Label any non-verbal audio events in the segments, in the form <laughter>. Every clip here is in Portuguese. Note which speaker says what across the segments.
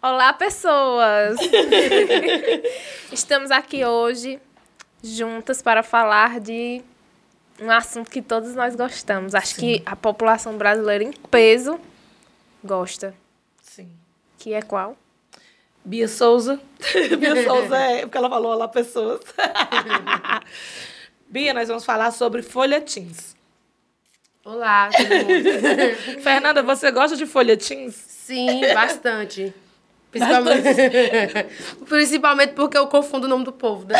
Speaker 1: Olá, pessoas! <laughs> Estamos aqui hoje juntas para falar de um assunto que todos nós gostamos. Acho que a população brasileira em peso gosta.
Speaker 2: Sim.
Speaker 1: Que é qual?
Speaker 2: Bia Souza. <laughs> Bia Souza é porque ela falou olá, pessoas. <laughs> Bia, nós vamos falar sobre folhetins.
Speaker 3: Olá, todo mundo.
Speaker 2: Fernanda, você gosta de folhetins?
Speaker 3: Sim, bastante. Principalmente, <laughs> principalmente porque eu confundo o nome do povo. Né?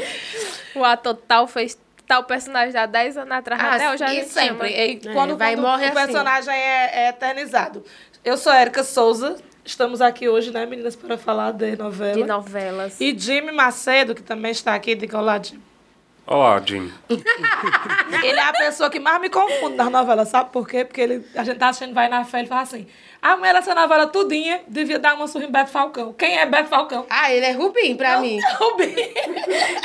Speaker 1: <laughs> O ator tal fez tal personagem há 10 anos atrás.
Speaker 3: Ah,
Speaker 1: até hoje a
Speaker 3: e
Speaker 1: gente
Speaker 3: sempre.
Speaker 1: chama.
Speaker 2: E aí,
Speaker 3: É,
Speaker 2: quando,
Speaker 3: vai e
Speaker 2: quando
Speaker 3: morre
Speaker 2: o
Speaker 3: assim.
Speaker 2: personagem é, é eternizado. Eu sou a Erika Souza. Estamos aqui hoje, né, meninas, para falar de novela.
Speaker 1: De novelas.
Speaker 2: E Jimmy Macedo, que também está aqui, diga olá, Jimmy.
Speaker 4: Olá, Jimmy.
Speaker 2: Ele é a pessoa que mais me confunde nas novelas, sabe por quê? Porque ele, a gente tá assistindo Vai na Fé, ele fala assim, a mulher dessa novela tudinha devia dar uma surra em Beto Falcão. Quem é Beto Falcão? É
Speaker 3: Ah, ele é Rubim pra mim.
Speaker 2: Rubi.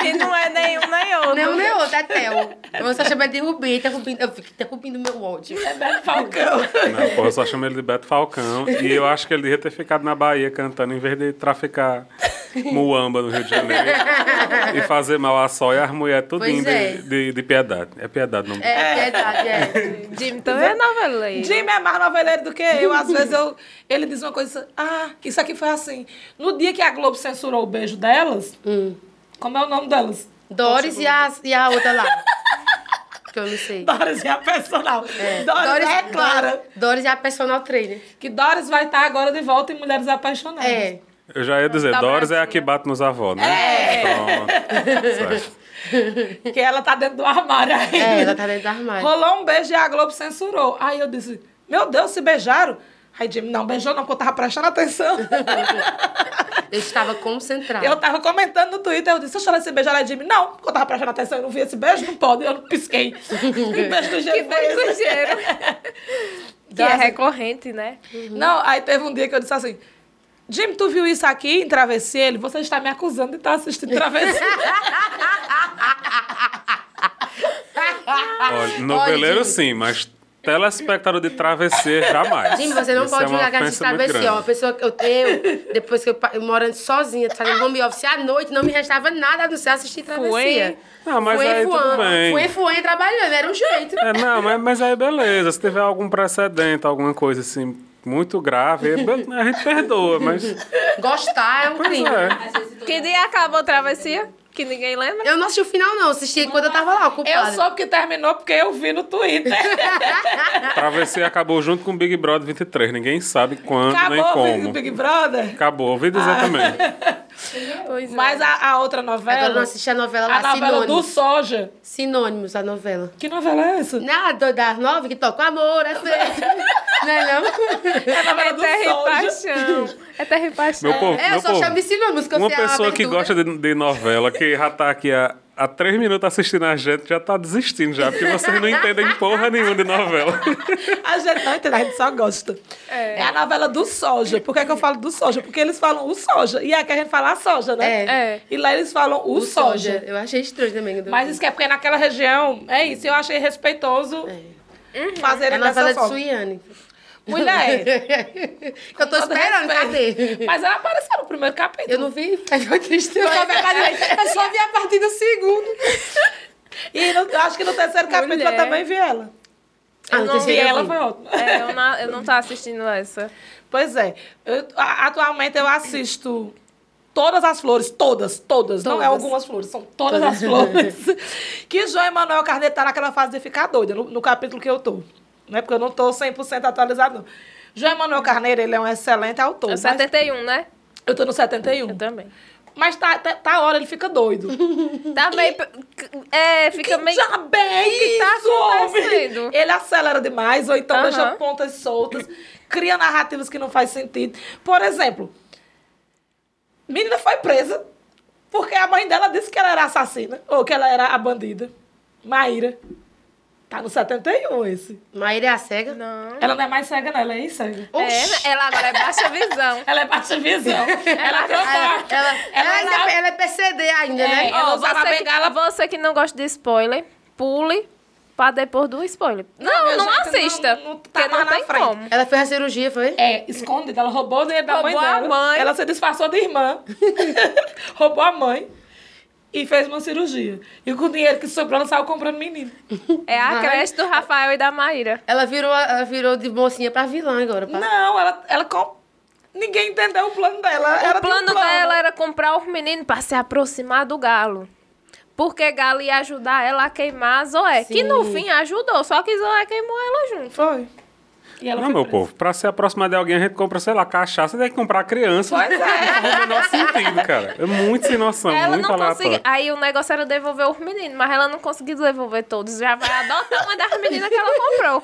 Speaker 1: E não é nenhum nem
Speaker 3: Não, não é outro, é Theo. Você chama ele de Rubim, tá Rubim. Eu fico, tá Rubim do meu ódio.
Speaker 2: É Beto Falcão.
Speaker 4: Não, Né? porra, eu só chamo ele de Beto Falcão. E eu acho que ele devia ter ficado na Bahia cantando em vez de traficar muamba no Rio de Janeiro e fazer mal a só e as mulheres tudinho
Speaker 3: Pois é.
Speaker 4: de, de, de piedade. É piedade, não.
Speaker 3: É, é verdade, é.
Speaker 1: Jimmy também é noveleiro.
Speaker 2: Jimmy é mais noveleiro do que eu. Às vezes eu, ele diz uma coisa assim, ah, isso aqui foi assim. No dia que a Globo censurou o beijo delas, como é o nome delas?
Speaker 3: Doris e a, e a outra lá. Que eu não sei.
Speaker 2: Doris é a personal. Doris, é Clara.
Speaker 3: Doris é a personal trainer.
Speaker 2: Que Doris vai estar agora de volta em Mulheres Apaixonadas.
Speaker 3: É.
Speaker 4: Eu já ia dizer,
Speaker 1: Tá
Speaker 4: Doris é a
Speaker 1: Brasil.
Speaker 4: que bate nos avós, né? É.
Speaker 2: Que ela tá dentro do armário ainda.
Speaker 3: É, ela tá dentro do armário.
Speaker 2: Rolou um beijo e a Globo censurou. Aí eu disse, meu Deus, se beijaram? Aí Jimmy, não, beijou não, porque eu tava prestando
Speaker 3: <laughs>
Speaker 2: atenção.
Speaker 3: Eu estava concentrada.
Speaker 2: eu tava comentando no Twitter, eu disse, deixa ela se beijar. Aí Jimmy, não, porque eu tava prestando atenção e não vi esse beijo, não pode. Eu não
Speaker 3: <laughs>
Speaker 2: pisquei. que beijo do jeito foi esse?
Speaker 1: <laughs> Que é recorrente, né?
Speaker 2: Não, aí teve um dia que eu disse assim, Jimmy, tu viu isso aqui em Travessia? Ele, você está me acusando de estar assistindo
Speaker 3: <laughs>
Speaker 2: Travessia.
Speaker 4: Olha, noveleiro sim, mas telespectador de travessia jamais.
Speaker 3: Jimmy, você não
Speaker 4: Isso
Speaker 3: pode
Speaker 4: é uma
Speaker 3: jogar gato de
Speaker 4: ofensa muito
Speaker 3: travessia. Ó, Uma
Speaker 4: grande.
Speaker 3: pessoa que eu, eu, depois que eu, pa- eu morando sozinha, fazendo home office à noite, não me restava nada a não ser assistir travessia.
Speaker 4: Ah, mas
Speaker 3: Fui
Speaker 4: aí tudo
Speaker 3: voando,
Speaker 4: bem.
Speaker 3: Fui voando, trabalhando, era um jeito.
Speaker 4: É, não, mas, mas aí beleza. Se tiver algum precedente, alguma coisa assim muito grave, é be- a gente perdoa, mas.
Speaker 3: Gostar é um
Speaker 4: Pois
Speaker 3: crime.
Speaker 4: é.
Speaker 1: Que dia acabou a travessia? Que ninguém lembra?
Speaker 3: Eu não assisti o final, não. Assisti quando eu tava lá, ocupada.
Speaker 2: eu soube que terminou porque eu vi no Twitter.
Speaker 4: Travessia acabou junto com o Big Brother 23. Ninguém sabe quando nem
Speaker 2: Acabou o vídeo
Speaker 4: como.
Speaker 2: do Big Brother.
Speaker 4: Acabou, ouvi dizer também.
Speaker 1: Pois é.
Speaker 2: Mas a, a outra
Speaker 3: Agora eu não
Speaker 2: novela,
Speaker 3: assisti a novela lá,
Speaker 2: a novela do
Speaker 3: Sinônimos.
Speaker 2: Soja.
Speaker 3: Sinônimos, a novela.
Speaker 2: Que novela é essa?
Speaker 3: Na, do- das nove que toca o amor, é feito.
Speaker 2: <laughs>
Speaker 3: Não é não?
Speaker 2: É a novela
Speaker 1: É
Speaker 2: do
Speaker 1: terra e
Speaker 2: Soja.
Speaker 1: paixão. É terra e paixão.
Speaker 4: Meu povo,
Speaker 3: É, eu
Speaker 4: meu
Speaker 3: só chamo de assim, é
Speaker 4: povo.
Speaker 3: sinônimos, que eu
Speaker 4: Uma
Speaker 3: sei a
Speaker 4: pessoa que
Speaker 3: abertura.
Speaker 4: gosta de, de novela, que já tá aqui há, há três minutos assistindo a gente, já tá desistindo já, porque vocês não entendem porra nenhuma de novela.
Speaker 2: A gente não entende, a gente só gosta. É, a novela do Soja. Por que, que eu falo do Soja? Porque eles falam o Soja. E aqui a gente fala a Soja, né?
Speaker 1: É. É.
Speaker 2: E lá eles falam o,
Speaker 3: O
Speaker 2: soja.
Speaker 3: soja. Eu achei estranho também.
Speaker 2: Mas isso que é porque naquela região, é isso. Eu achei respeitoso fazerem
Speaker 3: É a
Speaker 2: dessa
Speaker 3: novela de
Speaker 2: forma.
Speaker 3: Suiane. <laughs>
Speaker 2: Mulher,
Speaker 3: Eu tô esperando, cadê?
Speaker 2: Mas ela apareceu no primeiro capítulo.
Speaker 3: Eu não vi. Aí foi
Speaker 2: <laughs>
Speaker 3: triste.
Speaker 2: Eu só vi a parte- <laughs> eu só vi a partir do segundo. E no- eu acho que no terceiro capítulo eu
Speaker 1: Mulher.
Speaker 2: também vi ela.
Speaker 3: Ah,
Speaker 1: Eu
Speaker 3: não
Speaker 1: não
Speaker 3: sei
Speaker 2: E
Speaker 3: se eu
Speaker 2: ela
Speaker 3: vi.
Speaker 2: foi ótima.
Speaker 1: É, eu não, eu não tô assistindo essa.
Speaker 2: Pois é. Eu- a- atualmente eu assisto todas as flores, todas, todas, não é
Speaker 3: Todas.
Speaker 2: algumas flores, são todas as flores. <laughs> que João Emanuel Carneiro tá naquela fase de ficar doida, no, no capítulo que eu tô. Não é porque eu não tô 100% atualizado, não. João Emanuel Carneiro, ele é um excelente
Speaker 1: Eu
Speaker 2: autor. mas-
Speaker 1: 71, né?
Speaker 2: eu tô no 71.
Speaker 1: Eu também.
Speaker 2: Mas tá, tá, tá a hora, ele fica doido.
Speaker 1: Tá meio. É, fica meio.
Speaker 2: Hum, Já bem
Speaker 1: que tá acontecendo?
Speaker 2: Ele acelera demais, ou então
Speaker 1: Aham.
Speaker 2: deixa pontas soltas, cria narrativas que não faz sentido. Por exemplo, menina foi presa porque a mãe dela disse que ela era assassina, ou que ela era a bandida. Maíra. Tá no 71 esse.
Speaker 3: Maíra é a cega?
Speaker 1: Não.
Speaker 2: Ela não é mais cega, não, ela é cega.
Speaker 1: É,
Speaker 3: Oxi.
Speaker 1: né? ela agora é baixa
Speaker 2: <laughs>
Speaker 1: visão.
Speaker 2: Ela é
Speaker 1: <laughs>
Speaker 2: baixa visão.
Speaker 1: é
Speaker 2: É, ela trocou.
Speaker 3: Ela, ela, ela,
Speaker 2: Ela-
Speaker 3: ainda- ela é PCD ainda,
Speaker 2: É,
Speaker 3: né?
Speaker 2: ela
Speaker 1: Ó,
Speaker 2: usava
Speaker 1: você, que,
Speaker 2: bengala-
Speaker 1: você que não gosta de spoiler, pule pra depor do spoiler. Não,
Speaker 2: minha
Speaker 1: não,
Speaker 2: gente,
Speaker 1: assista.
Speaker 2: não- não tá
Speaker 1: porque não
Speaker 2: mais na
Speaker 1: tem
Speaker 2: frente.
Speaker 1: como.
Speaker 3: Ela fez a cirurgia, foi?
Speaker 2: É, escondida. Ela roubou o dinheiro da mãe
Speaker 1: Roubou a
Speaker 2: dela.
Speaker 1: mãe.
Speaker 2: Ela se disfarçou de irmã. <laughs> roubou a mãe. E fez uma cirurgia. E com o dinheiro que sobrou, ela saiu comprando menino.
Speaker 1: É a creche do Rafael e da Maíra.
Speaker 3: Ela virou, ela virou de mocinha pra vilã agora. Pá.
Speaker 2: Não, ela... ela com- Ninguém entendeu o plano dela.
Speaker 1: O
Speaker 2: ela tinha
Speaker 1: plano
Speaker 2: um plano
Speaker 1: dela é- era comprar os meninos pra se aproximar do galo. Porque galo ia ajudar ela a queimar a Zoé. Que no
Speaker 3: Sim.
Speaker 1: fim ajudou, só que Zoé queimou ela junto.
Speaker 2: Foi. E ela
Speaker 4: Não,
Speaker 2: foi
Speaker 4: meu
Speaker 2: presa.
Speaker 4: povo, pra se aproximar de alguém, a gente compra, sei lá, cachaça, tem que comprar criança.
Speaker 2: Pois é.
Speaker 4: Não faz o menor sentido, cara. É muito sem noção,
Speaker 1: ela
Speaker 4: muito
Speaker 1: não
Speaker 4: aleatório.
Speaker 1: conseguiu. Aí o negócio era devolver os meninos, mas ela não conseguiu devolver todos. Já vai adotar uma das meninas que ela
Speaker 2: <laughs>
Speaker 1: comprou.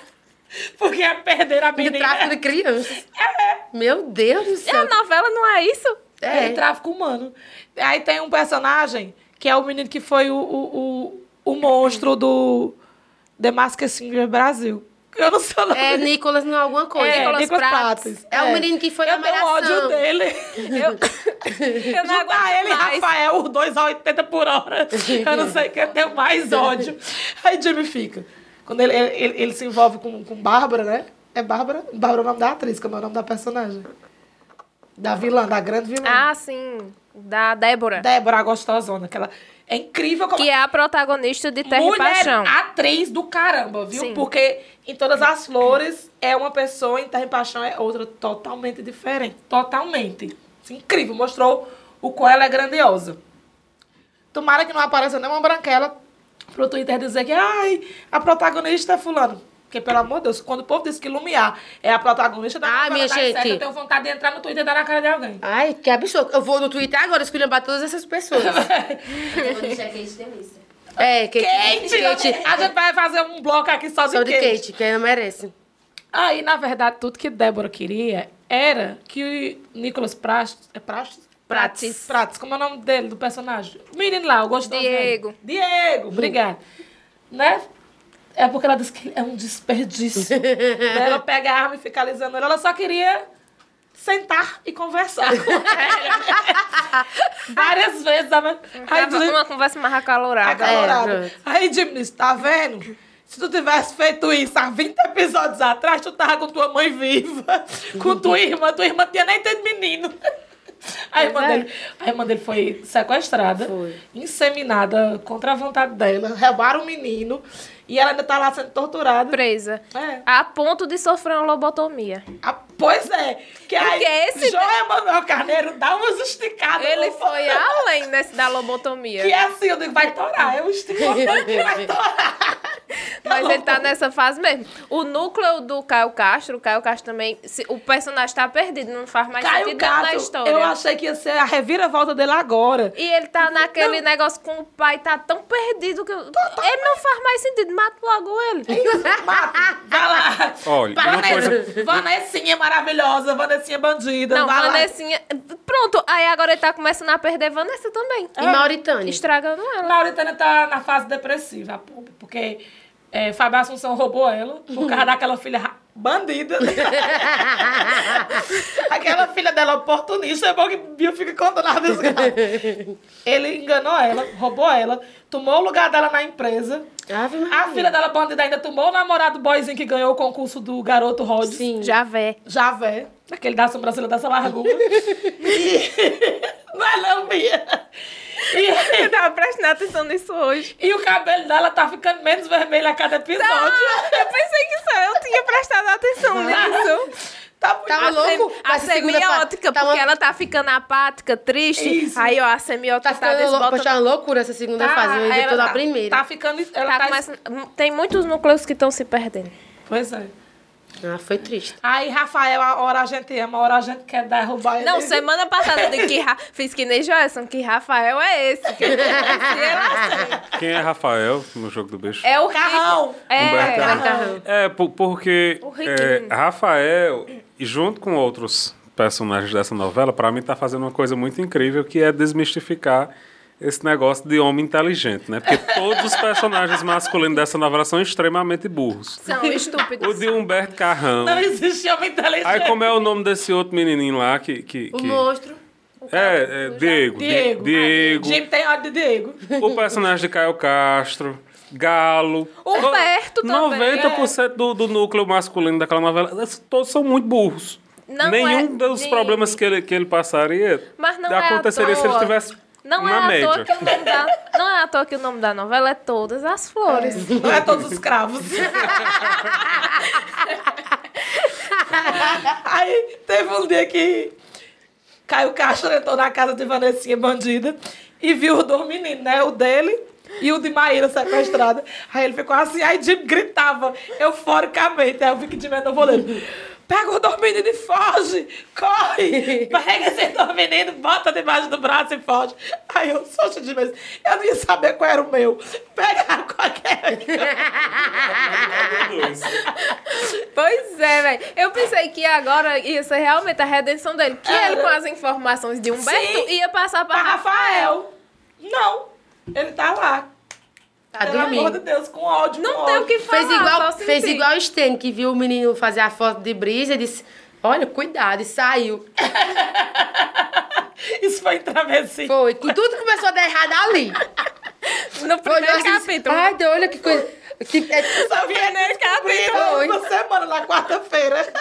Speaker 2: <laughs> Porque ia perder a
Speaker 3: De tráfico de
Speaker 2: menina.
Speaker 3: crianças. Meu Deus do
Speaker 1: E a
Speaker 3: céu.
Speaker 1: novela não é isso?
Speaker 2: É,
Speaker 3: É.
Speaker 2: de tráfico humano. Aí tem um personagem que é o menino que foi o, o, o, o monstro do The Masked Singer Brasil. Eu não sei o nome.
Speaker 3: É Nicolas não alguma coisa.
Speaker 2: É,
Speaker 3: Nicolas
Speaker 2: Nicolas
Speaker 3: Prates.
Speaker 2: Prates.
Speaker 3: É o
Speaker 2: É.
Speaker 3: menino que foi na
Speaker 2: eu tenho ódio
Speaker 3: malhação.
Speaker 2: dele. <laughs> Eu,
Speaker 1: Eu não aguento
Speaker 2: Juntar ele e
Speaker 1: mais.
Speaker 2: Rafael, os dois a 80 por hora. Eu não sei quem eu tenho mais ódio. Aí Jimmy fica. Quando ele, ele, ele- ele se envolve com, com Bárbara, né? É Bárbara? Bárbara é o nome da atriz, como é o nome da personagem. Da vilã, da grande vilã.
Speaker 1: Ah, sim. Da Débora.
Speaker 2: Débora, a gostosona, que ela é incrível como
Speaker 1: Que é a protagonista de Terra e
Speaker 2: mulher
Speaker 1: Paixão.
Speaker 2: atriz do caramba, viu?
Speaker 1: Sim.
Speaker 2: Porque em Todas as Flores é uma pessoa, em Terra e Paixão é outra totalmente diferente. Totalmente. Isso é incrível, mostrou o qual ela é grandiosa. Tomara que não apareça nenhuma branquela pro Twitter dizer que, ai, a protagonista é fulano. Porque, pelo amor de Deus, quando o povo diz que Lumiar é a protagonista da
Speaker 3: Ai,
Speaker 2: novela
Speaker 3: minha
Speaker 2: das
Speaker 3: gente.
Speaker 2: sete, eu tenho vontade de entrar no Twitter e dar na cara de alguém.
Speaker 3: Ai, que absurdo. Eu vou no Twitter agora esculhambar todas essas
Speaker 5: <laughs>
Speaker 3: pessoas.
Speaker 5: Eu vou deixar que a gente demonstra.
Speaker 3: É, Kate.
Speaker 2: Kate! A gente vai fazer um bloco aqui só de
Speaker 3: Sobre
Speaker 2: Kate.
Speaker 3: Kate, que ela merece.
Speaker 2: Aí, na verdade, tudo que Débora queria era que o Nicolas Prastes... É Prastes?
Speaker 1: Prates.
Speaker 2: Prates, como é o nome dele, do personagem? O menino lá, eu gosto
Speaker 1: Diego.
Speaker 2: Diego, obrigada. Né? É porque ela disse que é
Speaker 1: <laughs>
Speaker 2: um desperdício. Né? ela pega a arma e fica alisando ele. Ela só queria sentar e conversar com
Speaker 1: <laughs>
Speaker 2: ele. Várias vezes. Ela... Aí,
Speaker 1: Tava uma conversa mais acalorada.
Speaker 2: acalorado.
Speaker 3: É, pronto.
Speaker 2: Aí, Jimmy, tá vendo? Se tu tivesse feito isso há 20 episódios atrás, tu tava com tua mãe viva, <laughs> com tua irmã. Tua irmã tinha nem tido menino. <laughs> A irmã,
Speaker 3: Pois é.
Speaker 2: dele, a irmã dele foi sequestrada,
Speaker 3: Foi.
Speaker 2: inseminada contra a vontade dela. Roubaram o menino e ela ainda tá lá sendo torturada.
Speaker 1: Presa.
Speaker 2: É.
Speaker 1: A ponto de sofrer uma lobotomia.
Speaker 2: Ah, pois é. Que aí,
Speaker 1: Porque esse-
Speaker 2: João Emanuel Carneiro dá umas esticadas.
Speaker 1: Ele
Speaker 2: no- <laughs>
Speaker 1: foi além desse da lobotomia. <laughs>
Speaker 2: Que é assim, eu digo, vai torar. Eu estico a mão que vai torar.
Speaker 1: Mas ele tá nessa fase mesmo. O núcleo do Caio Castro, o Caio Castro também. se- o personagem tá perdido, não faz mais
Speaker 2: Caio
Speaker 1: sentido
Speaker 2: um Gato,
Speaker 1: na história.
Speaker 2: eu achei que ia ser a reviravolta dele agora.
Speaker 1: E ele tá naquele negócio com o pai, tá tão perdido que. Ele não faz mais sentido, mata logo ele.
Speaker 2: Mato, vai lá.
Speaker 4: Olha, uma
Speaker 2: Vanessa,
Speaker 4: coisa-
Speaker 2: Vanessinha é maravilhosa, Vanessinha é bandida.
Speaker 1: Não,
Speaker 2: vai
Speaker 1: Vanessinha. Pronto, aí agora ele tá começando a perder Vanessa também.
Speaker 3: E Mauritânia.
Speaker 1: Estragando
Speaker 2: lá.
Speaker 1: ela.
Speaker 2: Lauritânia tá na fase depressiva, a pobre, porque é, Fábio Assunção roubou ela
Speaker 1: <laughs>
Speaker 2: por causa daquela filha ra- bandida. <laughs> Aquela filha dela oportunista, é bom que Bill fica contando
Speaker 1: <laughs>
Speaker 2: a desgraça. Ele enganou ela, roubou ela, tomou o lugar dela na empresa.
Speaker 3: Ave Maria.
Speaker 2: A filha dela bandida ainda tomou o namorado boyzinho que ganhou o concurso do garoto Rhodes.
Speaker 3: Sim.
Speaker 1: Já vê.
Speaker 2: Javé, aquele da sobrancelha dessa
Speaker 3: <laughs>
Speaker 2: largura. E- <laughs> Não é não, Bia. E...
Speaker 1: Eu tava prestando atenção nisso hoje.
Speaker 2: e o cabelo dela tá ficando menos vermelho a cada episódio.
Speaker 1: Eu pensei que só eu tinha prestado atenção nisso.
Speaker 2: Tá muito
Speaker 3: Tá né, então? louco?
Speaker 1: A
Speaker 3: Essa segunda parte-
Speaker 1: semiótica,
Speaker 3: tá uma-
Speaker 1: porque ela tá ficando apática, triste.
Speaker 2: Isso.
Speaker 1: Aí, ó, a semiótica
Speaker 3: Tá
Speaker 1: tá,
Speaker 3: ficando louco,
Speaker 1: desbotando.
Speaker 3: poxa, uma loucura essa segunda fase. Eu ainda
Speaker 2: ela
Speaker 3: tô na
Speaker 2: tá-
Speaker 3: primeira.
Speaker 2: Tá ficando. Ela
Speaker 1: Tá
Speaker 2: tá
Speaker 1: começando- Tem muitos núcleos que estão se perdendo.
Speaker 2: Pois é.
Speaker 3: Ah, foi triste.
Speaker 2: Aí, Rafael, a hora a gente ama, a hora a gente quer derrubar ele.
Speaker 1: Não, semana passada de que Ra... fiz que nem Joelson, que Rafael é esse. que eu conheci ele assim.
Speaker 4: Quem é Rafael no jogo do bicho?
Speaker 1: É o
Speaker 2: Carrão.
Speaker 1: Rico. É,
Speaker 4: Humberto Carrão.
Speaker 3: Carrão.
Speaker 4: É, po- porque
Speaker 1: O Riquinho.
Speaker 4: é, Rafael, e junto com outros personagens dessa novela, pra mim tá fazendo uma coisa muito incrível, que é desmistificar esse negócio de homem inteligente, né? Porque todos os personagens masculinos dessa novela são extremamente burros.
Speaker 1: são
Speaker 4: O
Speaker 1: estúpidos.
Speaker 4: de Humberto Carrão.
Speaker 2: Não existe homem inteligente.
Speaker 4: Aí como é o nome desse outro menininho lá que... que,
Speaker 3: O
Speaker 4: que-
Speaker 3: monstro.
Speaker 4: É, é Diego. Di-
Speaker 2: Diego.
Speaker 4: Diego.
Speaker 2: Jimmy tem ódio de Diego.
Speaker 4: O personagem de Caio Castro. Galo.
Speaker 1: Humberto também. é.
Speaker 4: 90% do, do núcleo masculino daquela novela, eles todos são muito burros.
Speaker 1: Não
Speaker 4: Nenhum
Speaker 1: é-
Speaker 4: dos
Speaker 1: gente.
Speaker 4: problemas que ele, que ele passaria
Speaker 1: Mas não é à
Speaker 4: aconteceria se ele
Speaker 1: toa.
Speaker 4: estivesse
Speaker 1: Não é,
Speaker 4: na
Speaker 1: à
Speaker 4: média.
Speaker 1: toa que o nome da, não é à toa que o nome da novela é Todas as Flores.
Speaker 2: Não é todos os cravos. Aí teve um dia que Caio Castro entrou na casa de Vanessinha bandida e viu os dois meninos, né? O dele e o de Maíra sequestrada. Aí ele ficou assim, aí Jim gritava euforicamente. Aí eu vi que Jim é novo dele. Pega os dois meninos e foge! Corre! Pega esses dois meninos, bota debaixo do braço e foge. Aí eu sou de vez. Eu não ia saber qual era o meu. Pega qualquer. um."
Speaker 1: Pois é, velho. Eu pensei que agora ia ser realmente a redenção dele. Que
Speaker 2: Era.
Speaker 1: ele, com as informações de Humberto,
Speaker 2: Sim.
Speaker 1: ia passar pra
Speaker 2: Pra
Speaker 1: Rafael.
Speaker 2: Rafael. Não. Ele tá lá.
Speaker 3: Tá
Speaker 2: Pelo amor de
Speaker 3: dormindo.
Speaker 2: Deus, com ódio.
Speaker 1: Não
Speaker 2: com
Speaker 1: tem
Speaker 2: ódio.
Speaker 1: o que falar.
Speaker 3: Fez igual,
Speaker 1: Ah, só
Speaker 3: fez
Speaker 1: sentir.
Speaker 3: igual o Sten, que viu o menino fazer a foto de brisa e disse: Olha, cuidado, e saiu.
Speaker 2: Isso foi em travessia.
Speaker 3: Foi. que Tudo começou a dar errado ali.
Speaker 1: No primeiro
Speaker 3: Olhou assim,
Speaker 1: capítulo.
Speaker 3: Ai, Deus, olha que coisa. Que, é,
Speaker 2: Só vi nesse capítulo
Speaker 3: Foi.
Speaker 2: na semana, na quarta-feira.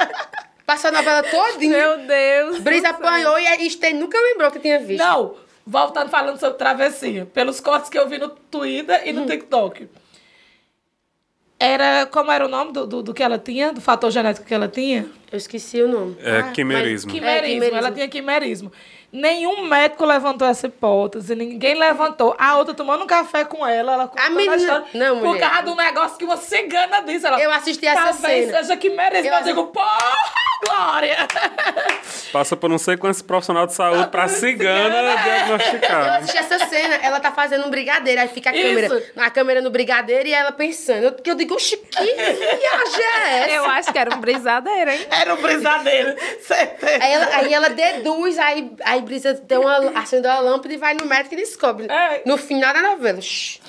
Speaker 3: passou a novela todinha.
Speaker 1: Meu Deus.
Speaker 3: Brisa
Speaker 1: do céu.
Speaker 3: apanhou e a Sten nunca lembrou que tinha visto.
Speaker 2: Não, voltando falando sobre travessia. Pelos cortes que eu vi no Twitter e no TikTok. Era, como era o nome do, do, do que ela tinha? Do fator genético que ela tinha?
Speaker 3: Eu esqueci o nome.
Speaker 4: É
Speaker 2: Quimerismo.
Speaker 3: É,
Speaker 4: quimerismo.
Speaker 3: quimerismo.
Speaker 2: Ela tinha quimerismo. Nenhum médico levantou essa hipótese, ninguém levantou. A outra tomando um café com ela, ela contou a
Speaker 3: menina-
Speaker 2: história
Speaker 3: Não,
Speaker 2: por
Speaker 3: mulher.
Speaker 2: causa do negócio que uma cigana disse. Ela,
Speaker 3: Eu assisti essa
Speaker 2: Talvez
Speaker 3: cena.
Speaker 2: seja quimerismo.
Speaker 3: Eu
Speaker 2: Eu,
Speaker 3: assi-
Speaker 2: digo, porra, Glória! <laughs>
Speaker 4: Passa por não sei quantos profissional de
Speaker 3: <laughs>
Speaker 4: saúde pra
Speaker 3: é
Speaker 4: cigana
Speaker 3: Eu
Speaker 4: diagnosticar.
Speaker 3: assisti essa cena, ela tá fazendo um brigadeiro, aí fica a
Speaker 2: Isso.
Speaker 3: câmera, a câmera no brigadeiro e ela pensando. Eu, que eu digo, oxi, que viagem é essa?
Speaker 1: Eu acho que era um brisadeiro, hein?
Speaker 2: Era um
Speaker 3: <laughs>
Speaker 2: brisadeiro, certeza.
Speaker 3: Aí ela, aí ela deduz, aí, aí Brisa deu uma, acendeu a lâmpada e vai no médico e descobre.
Speaker 2: É.
Speaker 3: No final da novela. Shhh.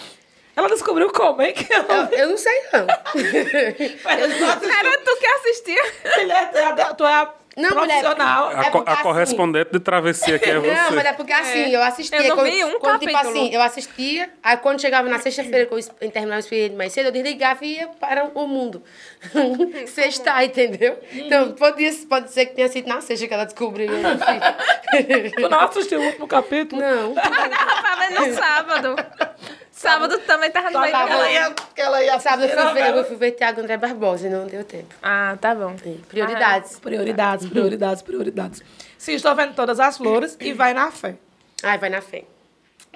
Speaker 2: Ela descobriu como, hein? Que
Speaker 3: Eu,
Speaker 2: ela...
Speaker 3: eu não sei, não.
Speaker 2: <laughs> Ela só assistiu.
Speaker 1: Era tu que assistia.
Speaker 2: Mulher, tu é a- tu é a
Speaker 3: Não, mulher.
Speaker 2: profissional.
Speaker 4: A, co-
Speaker 3: porque
Speaker 4: a
Speaker 3: assim-
Speaker 4: correspondente de travessia aqui é você.
Speaker 3: Não, mas é porque assim, eu assistia.
Speaker 1: Eu não
Speaker 3: quando,
Speaker 1: vi um
Speaker 3: quando, tipo
Speaker 1: capítulo.
Speaker 3: assim, eu assistia, aí quando chegava na sexta-feira, que eu es- terminava o expediente mais cedo, eu desligava e ia para o mundo. <laughs> Sexta, entendeu? Então, podia, pode ser que tenha sido na sexta que ela descobriu. né, eu não sei.
Speaker 2: <laughs> Tu não assistiu o último capítulo?
Speaker 3: Não.
Speaker 1: Tava pra ver no sábado. Sábado também tava no meio
Speaker 3: Tava
Speaker 1: do
Speaker 2: Ela ia, ela ia
Speaker 3: Sábado eu
Speaker 2: assistir
Speaker 3: fui ver,
Speaker 2: novela.
Speaker 3: eu fui ver Tiago André Barbosa e não deu tempo.
Speaker 1: Ah, tá bom.
Speaker 3: Prioridades.
Speaker 2: Prioridades,
Speaker 3: Uhum.
Speaker 2: prioridades, prioridades. Sim, estou vendo todas as flores e vai na fé.
Speaker 3: Ai, vai na fé.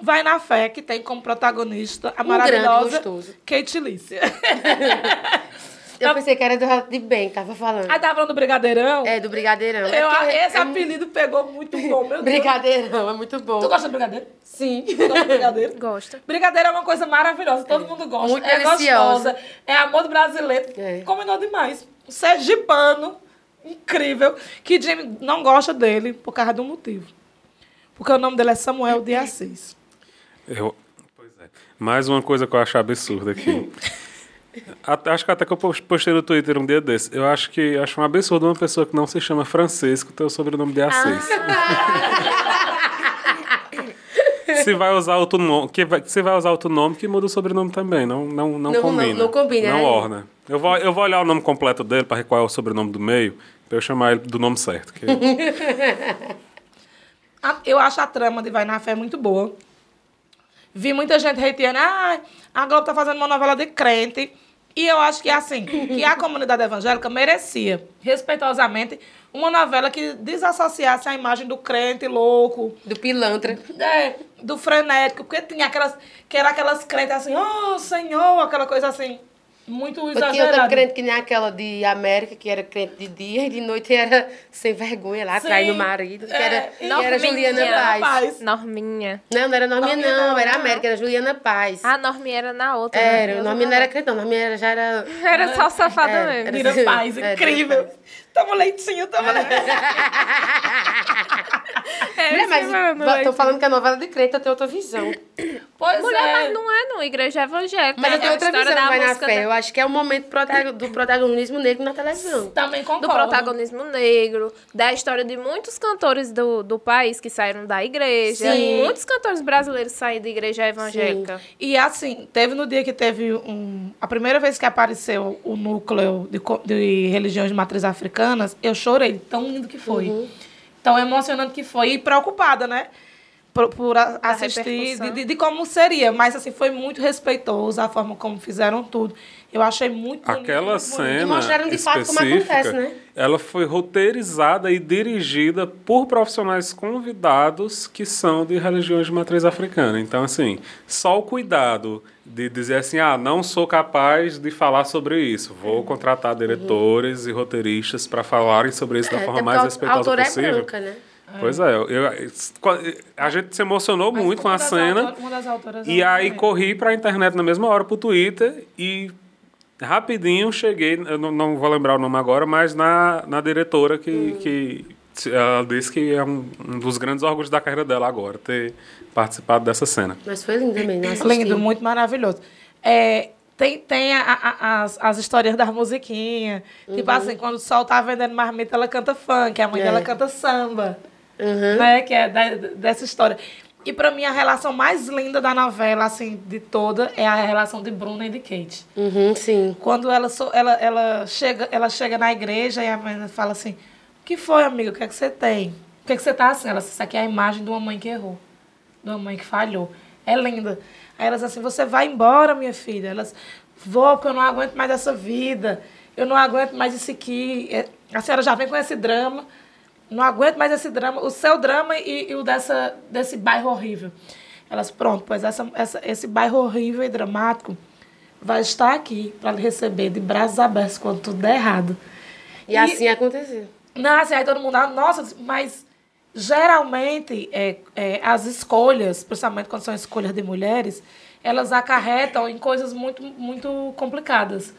Speaker 2: Vai na fé, que tem como protagonista a
Speaker 3: Um grande
Speaker 2: maravilhosa
Speaker 3: gostoso.
Speaker 2: Kate <laughs> Lícia.
Speaker 3: Eu pensei que era do Rato de Bem que tava falando.
Speaker 2: Aí tava tá falando do Brigadeirão.
Speaker 3: É, do Brigadeirão. É
Speaker 2: Ah, Eu-
Speaker 3: porque-
Speaker 2: esse
Speaker 3: é muito-
Speaker 2: apelido pegou muito bom, meu
Speaker 3: <laughs>
Speaker 2: Deus.
Speaker 3: Brigadeirão, é muito bom.
Speaker 2: Tu gosta de brigadeiro?
Speaker 3: Sim.
Speaker 2: Tu gosta de
Speaker 3: <laughs>
Speaker 2: brigadeiro?
Speaker 1: Gosto.
Speaker 2: Brigadeiro é uma coisa maravilhosa, todo mundo gosta.
Speaker 3: Muito
Speaker 2: é
Speaker 3: deliciosa.
Speaker 2: gostosa, é amor do brasileiro.
Speaker 3: É.
Speaker 2: Combinou demais. Um sergipano incrível, que Jimmy não gosta dele por causa de um motivo. Porque o nome dele é Samuel de Assis.
Speaker 4: Eu- Pois é. Mais uma coisa que eu acho absurda
Speaker 3: <laughs>
Speaker 4: aqui. Até- acho que até que eu pos- postei no Twitter um dia desse. Eu acho que acho um absurdo uma pessoa que não se chama Francisco ter o sobrenome de Assis.
Speaker 3: Ah!
Speaker 4: se vai usar outro nome, que vai- se vai usar outro nome, que muda o sobrenome também. Não, não, não,
Speaker 3: Não-
Speaker 4: combina.
Speaker 3: não- não combina,
Speaker 4: Não
Speaker 3: né?
Speaker 4: orna. Eu vou, eu vou olhar o nome completo dele para ver qual é o sobrenome do meio, para eu chamar ele do nome certo. que-
Speaker 2: A- Eu acho a trama de Vai na Fé muito boa. Vi muita gente hateando, ah, a Globo tá fazendo uma novela de crente. E eu acho que, assim, que a comunidade evangélica merecia, respeitosamente, uma novela que desassociasse a imagem do crente louco,
Speaker 3: Do pilantra.
Speaker 2: é, do frenético, porque tinha aquelas, que era aquelas crentes assim, oh, Senhor, aquela coisa assim, muito
Speaker 3: Porque eu tô
Speaker 2: exagerada.
Speaker 3: crente que nem aquela de América, que era crente de dia e de noite era sem vergonha lá,
Speaker 2: Sim.
Speaker 3: atrás do marido, que era,
Speaker 2: É,
Speaker 3: que
Speaker 2: não,
Speaker 3: era
Speaker 1: menina,
Speaker 3: Juliana Paz.
Speaker 2: rapaz.
Speaker 1: Ah, Norminha.
Speaker 3: Não, não era Norminha,
Speaker 2: Norminha
Speaker 3: não,
Speaker 2: não,
Speaker 3: era
Speaker 2: não.
Speaker 3: América, era Juliana Paz.
Speaker 1: Ah, Norminha era na outra. né?
Speaker 3: era, o
Speaker 1: Norminha
Speaker 3: Norminha não era crente, não, Norminha era- já era.
Speaker 1: Era só safada
Speaker 3: Era,
Speaker 1: mesmo.
Speaker 3: era-
Speaker 2: Mira Paz,
Speaker 3: <laughs> É,
Speaker 2: incrível. Toma leitinho, toma leitinho.
Speaker 1: É,
Speaker 3: Mulher, mas
Speaker 1: falando,
Speaker 3: va- tô
Speaker 1: Leite.
Speaker 3: falando que a novela é de crente, eu tenho outra visão.
Speaker 2: Pois
Speaker 1: Mulher,
Speaker 2: é.
Speaker 1: mas não é não. Igreja evangélica.
Speaker 3: Mas eu
Speaker 1: é a
Speaker 3: tenho outra
Speaker 1: história
Speaker 3: visão,
Speaker 1: da
Speaker 3: vai na
Speaker 1: música
Speaker 3: fé.
Speaker 1: da-
Speaker 3: Eu acho que é o momento protago- do protagonismo negro na televisão.
Speaker 2: Também
Speaker 1: do
Speaker 2: concordo.
Speaker 1: protagonismo negro, da história de muitos cantores do, do país que saíram da igreja.
Speaker 2: Sim.
Speaker 1: Muitos cantores brasileiros saíram da igreja evangélica.
Speaker 2: E assim, teve no dia que teve um. A primeira vez que apareceu o núcleo de, co- de religiões de matriz africanas, eu chorei, tão lindo que foi. Tão emocionante que foi. E preocupada, né? Por, por a- assistir, de,
Speaker 1: repercussão.
Speaker 2: de- de como seria. Mas assim, foi muito respeitoso a forma como fizeram tudo. Eu achei muito bonito,
Speaker 4: Aquela
Speaker 2: muito bonito.
Speaker 4: cena
Speaker 3: mostraram de fato como
Speaker 4: específica,
Speaker 3: acontece, né?
Speaker 4: ela foi roteirizada e dirigida por profissionais convidados que são de religiões de matriz africana. Então, assim, só o cuidado de dizer assim, ah, não sou capaz de falar sobre isso,
Speaker 3: É.
Speaker 4: vou contratar diretores e roteiristas para falarem sobre isso da
Speaker 3: É,
Speaker 4: forma
Speaker 3: até
Speaker 4: mais
Speaker 3: porque a
Speaker 4: respeitosa
Speaker 3: autora
Speaker 4: possível.
Speaker 3: é branca, né?
Speaker 4: Pois é, eu, eu- a gente se emocionou
Speaker 2: Mas
Speaker 4: muito com
Speaker 2: uma
Speaker 4: a
Speaker 2: das
Speaker 4: cena.
Speaker 2: autor- uma das autoras
Speaker 4: E
Speaker 2: é
Speaker 4: aí
Speaker 2: também.
Speaker 4: corri pra internet na mesma hora pro Twitter e rapidinho cheguei, eu não, não vou lembrar o nome agora, mas na, na diretora que,
Speaker 2: Hum.
Speaker 4: que se- ela disse que é um, um dos grandes orgulhos da carreira dela agora, ter participado dessa cena.
Speaker 3: Mas foi linda mesmo. eu assisti.
Speaker 2: Lindo, muito maravilhoso. É, tem tem a- a- as, as histórias das musiquinhas. Tipo assim, quando o sol tá vendendo marmita, ela canta funk, a mãe
Speaker 3: Uhum. É.
Speaker 2: dela canta samba.
Speaker 3: Uhum.
Speaker 2: Né? Que é da- dessa história. E pra mim, a relação mais linda da novela, assim, de toda, é a relação de Bruna e de Kate.
Speaker 3: Uhum, sim.
Speaker 2: Assim, Quando ela, so- ela, ela, chega, ela chega na igreja e a menina fala assim: O que foi, amiga? O que é que você tem? O que é que você tá assim? Ela disse: Isso aqui é a imagem de uma mãe que errou, de uma mãe que falhou. É linda. Aí ela diz assim: Você vai embora, minha filha. Elas, vou, porque eu não aguento mais essa vida. Eu não aguento mais isso aqui. É, A senhora já vem com esse drama. Não aguento mais esse drama, o seu drama e, e o dessa, desse bairro horrível. Elas, pronto, pois essa, essa, esse bairro horrível e dramático vai estar aqui para lhe receber de braços abertos quando tudo der errado.
Speaker 3: E, assim aconteceu. <laughs>
Speaker 2: Nossa, aí todo mundo, ah, nossa, mas geralmente é, é, as escolhas, principalmente quando são escolhas de mulheres, elas acarretam em coisas muito, muito complicadas.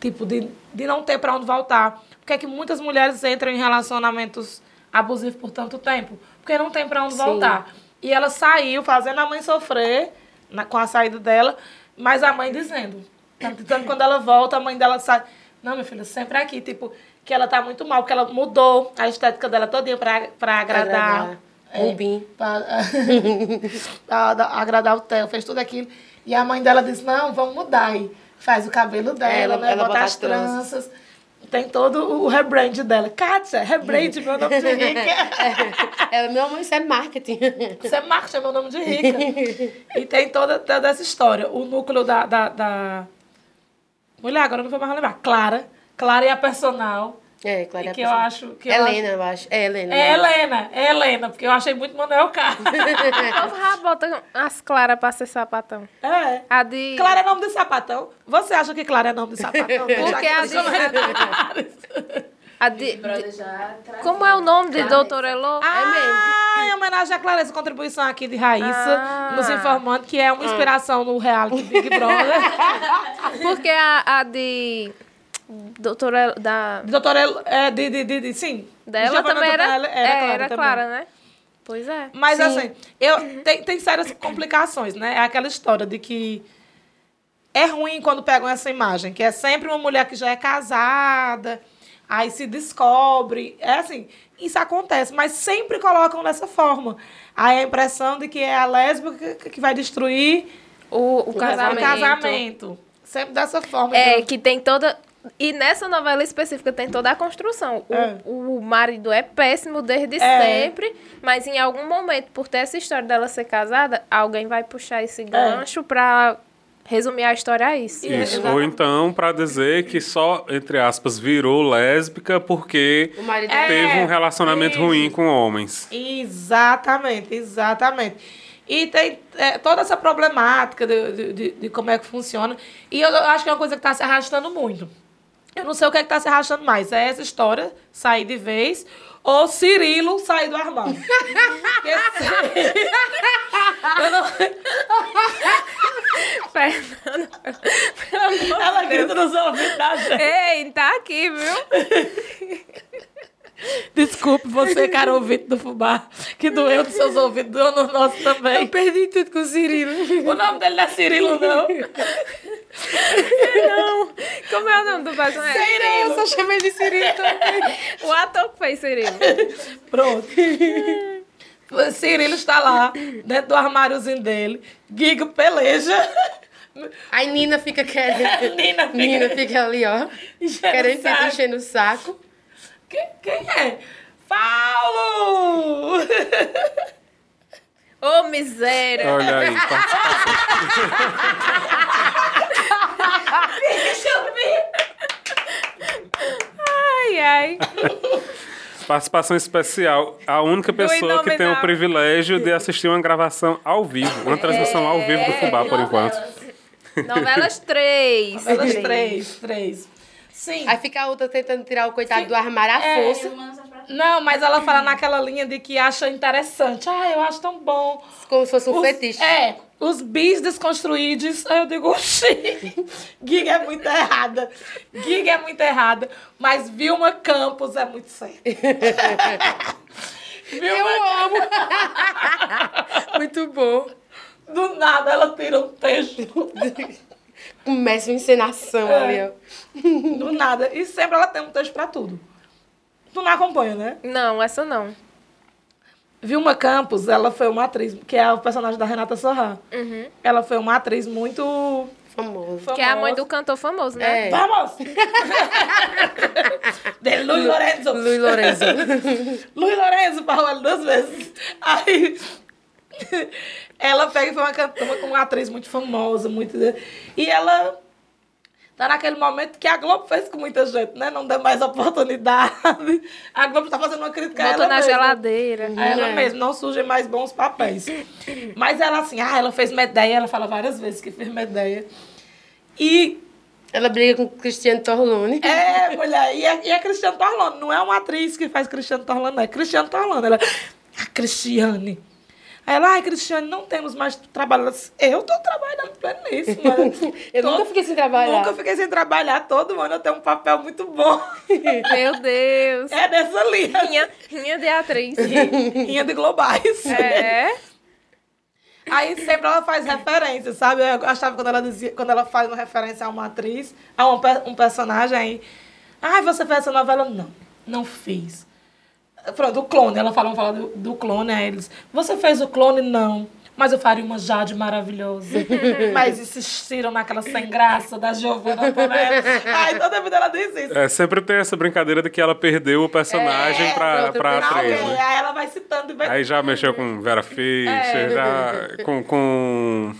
Speaker 2: Tipo, de, de não ter para onde voltar. Porque é que muitas mulheres entram em relacionamentos abusivos por tanto tempo? Porque não tem para onde
Speaker 3: Sim.
Speaker 2: voltar. E ela saiu fazendo a mãe sofrer na- com a saída dela, mas a mãe dizendo. Tanto, tanto quando ela volta, a mãe dela sai. Não, minha filha, sempre aqui. Tipo, que ela tá muito mal, que ela mudou a estética dela todinha pra, pra agradar. É,
Speaker 3: agradar. Rubim.
Speaker 2: Pra, <laughs> pra da- agradar o Theo, fez tudo aquilo. E a mãe dela disse: Não, vamos mudar aí. Faz o cabelo dela,
Speaker 3: ela-
Speaker 2: né?
Speaker 3: ela
Speaker 2: bota
Speaker 3: bota
Speaker 2: as
Speaker 3: as tranças.
Speaker 2: tranças. Tem todo o o rebrand dela. Kátia, rebrand, meu nome de rica.
Speaker 3: Ela, meu amor, isso é marketing.
Speaker 2: <laughs>
Speaker 3: <laughs>
Speaker 2: Isso é marketing, é meu nome de rica. e tem toda, toda essa história. O núcleo da, da, da- Mulher, agora eu não vou mais lembrar. Clara. Clara e a personal.
Speaker 3: É, claro.
Speaker 2: E que eu acho... Que eu
Speaker 3: Helena,
Speaker 2: acho-
Speaker 3: eu acho. É, Helena.
Speaker 2: É Helena. É Helena, porque eu achei muito Manuel Carlos.
Speaker 3: É.
Speaker 1: O povo já bota as claras pra ser sapatão.
Speaker 2: <laughs> é.
Speaker 1: A de...
Speaker 2: Clara é nome de sapatão? Você acha que Clara é nome de sapatão?
Speaker 1: Porque a de... a
Speaker 2: é
Speaker 1: de- a de-
Speaker 5: Big Brother já traz.
Speaker 1: Como é o nome de Doutor
Speaker 3: É
Speaker 1: Elô?
Speaker 2: Ah, em homenagem à Clareza, contribuição aqui de Raíssa,
Speaker 1: Ah.
Speaker 2: nos informando que é uma inspiração no reality Big
Speaker 1: <laughs>
Speaker 2: Brother.
Speaker 1: Porque a, a de... Doutor Elô... Da...
Speaker 2: Doutora, El- é, de, de, de, de- sim.
Speaker 1: Dela
Speaker 2: Giovanna
Speaker 1: também era...
Speaker 2: Doutora
Speaker 1: é, Era,
Speaker 2: também.
Speaker 1: clara, né? Pois é.
Speaker 2: Mas assim, eu, tem, tem sérias complicações, né? É aquela história de que é ruim quando pegam essa imagem, que é sempre uma mulher que já é casada, aí se descobre. É assim, isso acontece, mas sempre colocam dessa forma. Aí a impressão de que é a lésbica que- que vai destruir
Speaker 1: O, o
Speaker 2: o casamento.
Speaker 1: casamento.
Speaker 2: Sempre dessa forma.
Speaker 1: É,
Speaker 2: então-
Speaker 1: que tem toda... E nessa novela específica tem toda a construção. O,
Speaker 2: É.
Speaker 1: o marido é péssimo desde
Speaker 2: É.
Speaker 1: sempre, mas em algum momento, por ter essa história dela ser casada, alguém vai puxar
Speaker 2: É.
Speaker 1: esse gancho pra resumir a história a isso.
Speaker 2: E- é,
Speaker 4: Isso. Ou
Speaker 2: exatamente.
Speaker 4: então pra dizer que só, entre aspas, virou lésbica porque
Speaker 3: O marido
Speaker 2: É.
Speaker 4: teve um relacionamento
Speaker 2: isso.
Speaker 4: ruim com homens.
Speaker 2: Exatamente, exatamente. E tem é, toda essa problemática de, de, de- de como é que funciona. E eu, eu acho que é uma coisa que está se arrastando muito. Eu não sei o que é que está se arrastando mais. É essa história, sair de vez, ou Cirilo sair do <laughs> armário. é Porque se- eu não,
Speaker 1: Fernando.
Speaker 2: ela grita nos ouvidos da gente.
Speaker 1: Ei, tá aqui, viu?
Speaker 2: Desculpe Você, cara ouvinte do Fubá, que doeu dos seus ouvidos, doeu no nosso também.
Speaker 3: Perdi tudo com o Cirilo.
Speaker 2: O nome dele não é Cirilo, não.
Speaker 1: Não. Como é o nome do personagem?
Speaker 3: <laughs> Eu só chamei de Cirilo também.
Speaker 1: O ator que fez Cirilo.
Speaker 2: Pronto. <laughs> O Cirilo está lá, dentro do armáriozinho dele. Gigo peleja.
Speaker 3: Aí Nina fica querendo.
Speaker 2: <laughs> Nina fica-
Speaker 3: Nina fica ali, ó.
Speaker 2: Enchendo
Speaker 3: querendo
Speaker 2: o
Speaker 3: ficar
Speaker 2: saco.
Speaker 3: enchendo o saco.
Speaker 2: Quem, quem é? Paulo!
Speaker 1: Ô, miséria.
Speaker 4: Olha
Speaker 2: <laughs>
Speaker 4: aí, participa-
Speaker 2: <laughs> Deixa eu ver.
Speaker 1: Ai, ai.
Speaker 4: participação especial. A única pessoa que tem
Speaker 1: Inominável.
Speaker 4: o privilégio de assistir uma gravação ao vivo, uma transmissão ao vivo
Speaker 2: É,
Speaker 4: do Fubá, por enquanto.
Speaker 1: Novelas 3.
Speaker 2: Elas três, três. Sim.
Speaker 3: Aí fica a outra tentando tirar o coitado do armário à
Speaker 2: É,
Speaker 3: força.
Speaker 2: Não, mas ela fala naquela linha de que acha interessante. Ah, eu acho tão bom.
Speaker 3: Como se fosse um
Speaker 2: Os-
Speaker 3: fetiche.
Speaker 2: É, os bis desconstruídos. Aí eu digo, <laughs> oxi, Giga é muito errada. Giga é muito errada. Mas Vilma Campos é muito
Speaker 1: <laughs>
Speaker 2: certa.
Speaker 3: Eu
Speaker 2: Vilma,
Speaker 3: amo.
Speaker 2: é.
Speaker 3: Muito bom.
Speaker 2: do nada, ela tira um texto.
Speaker 3: Começa uma encenação
Speaker 2: É.
Speaker 3: ali, ó.
Speaker 2: Do nada. E sempre ela tem um texto pra tudo. Tu não acompanha, né?
Speaker 1: Não, essa não.
Speaker 2: Vilma Campos, ela foi uma atriz, que é o personagem da Renata Sorra. Ela foi uma atriz muito
Speaker 3: Famoso.
Speaker 2: famosa.
Speaker 1: Uhum. Que é a mãe do cantor famoso, né?
Speaker 3: É.
Speaker 2: Vamos! <laughs> De Luiz Lorenzo.
Speaker 3: Luiz Lourenço.
Speaker 2: Luiz Lourenço falou ela duas vezes. Aí ela pega e foi uma cantora com uma atriz muito famosa, muito. E ela tá naquele momento que a Globo fez com muita gente, né? Não deu mais oportunidade. A Globo tá fazendo uma crítica a
Speaker 1: Botou
Speaker 2: ela
Speaker 1: na
Speaker 2: mesma. <laughs>
Speaker 1: geladeira.
Speaker 2: A ela
Speaker 3: É.
Speaker 2: mesma, não surgem mais bons papéis. Mas ela assim, ah, ela fez Medeia, ela fala várias vezes que fez Medeia. E
Speaker 3: <laughs> Ela briga com o Cristiano Torlone.
Speaker 2: é, mulher, e é, e é Cristiano Torlano. Não é uma atriz que faz Cristiano Torlano, não. É Cristiano Torlano. Ela, a Cristiane. Aí ela, ai, Cristiane, não temos mais trabalho. Ela disse, Eu tô trabalhando pra isso, mano.
Speaker 3: <laughs> Eu nunca fiquei sem trabalhar.
Speaker 2: Nunca fiquei sem trabalhar. Todo ano eu tenho um papel muito
Speaker 3: <laughs>
Speaker 2: bom.
Speaker 1: Meu Deus.
Speaker 2: É dessa linha.
Speaker 1: Rinha, rinha de atriz.
Speaker 2: Linha de globais.
Speaker 1: É.
Speaker 2: Aí sempre ela faz referência, sabe? Eu achava quando ela dizia, quando ela faz uma referência a uma atriz, a um, pe- um personagem, aí. Ai, você fez essa novela? Não, não fiz. Pronto, o clone, ela fala, fala do, do clone, aí eles. Você fez o clone? Não. Mas eu faria uma Jade maravilhosa. mas insistiram naquela sem graça da Giovanna Bonelli. Ai, toda vida ela diz isso.
Speaker 4: É, sempre tem essa brincadeira de que ela perdeu o
Speaker 2: É,
Speaker 4: personagem pra,
Speaker 3: pronto,
Speaker 4: pra
Speaker 3: pra
Speaker 4: atriz,
Speaker 2: Alguém,
Speaker 4: né?
Speaker 2: Aí ela vai citando e vai.
Speaker 4: Aí já mexeu com Vera
Speaker 2: É.
Speaker 4: Fischer, já com, com...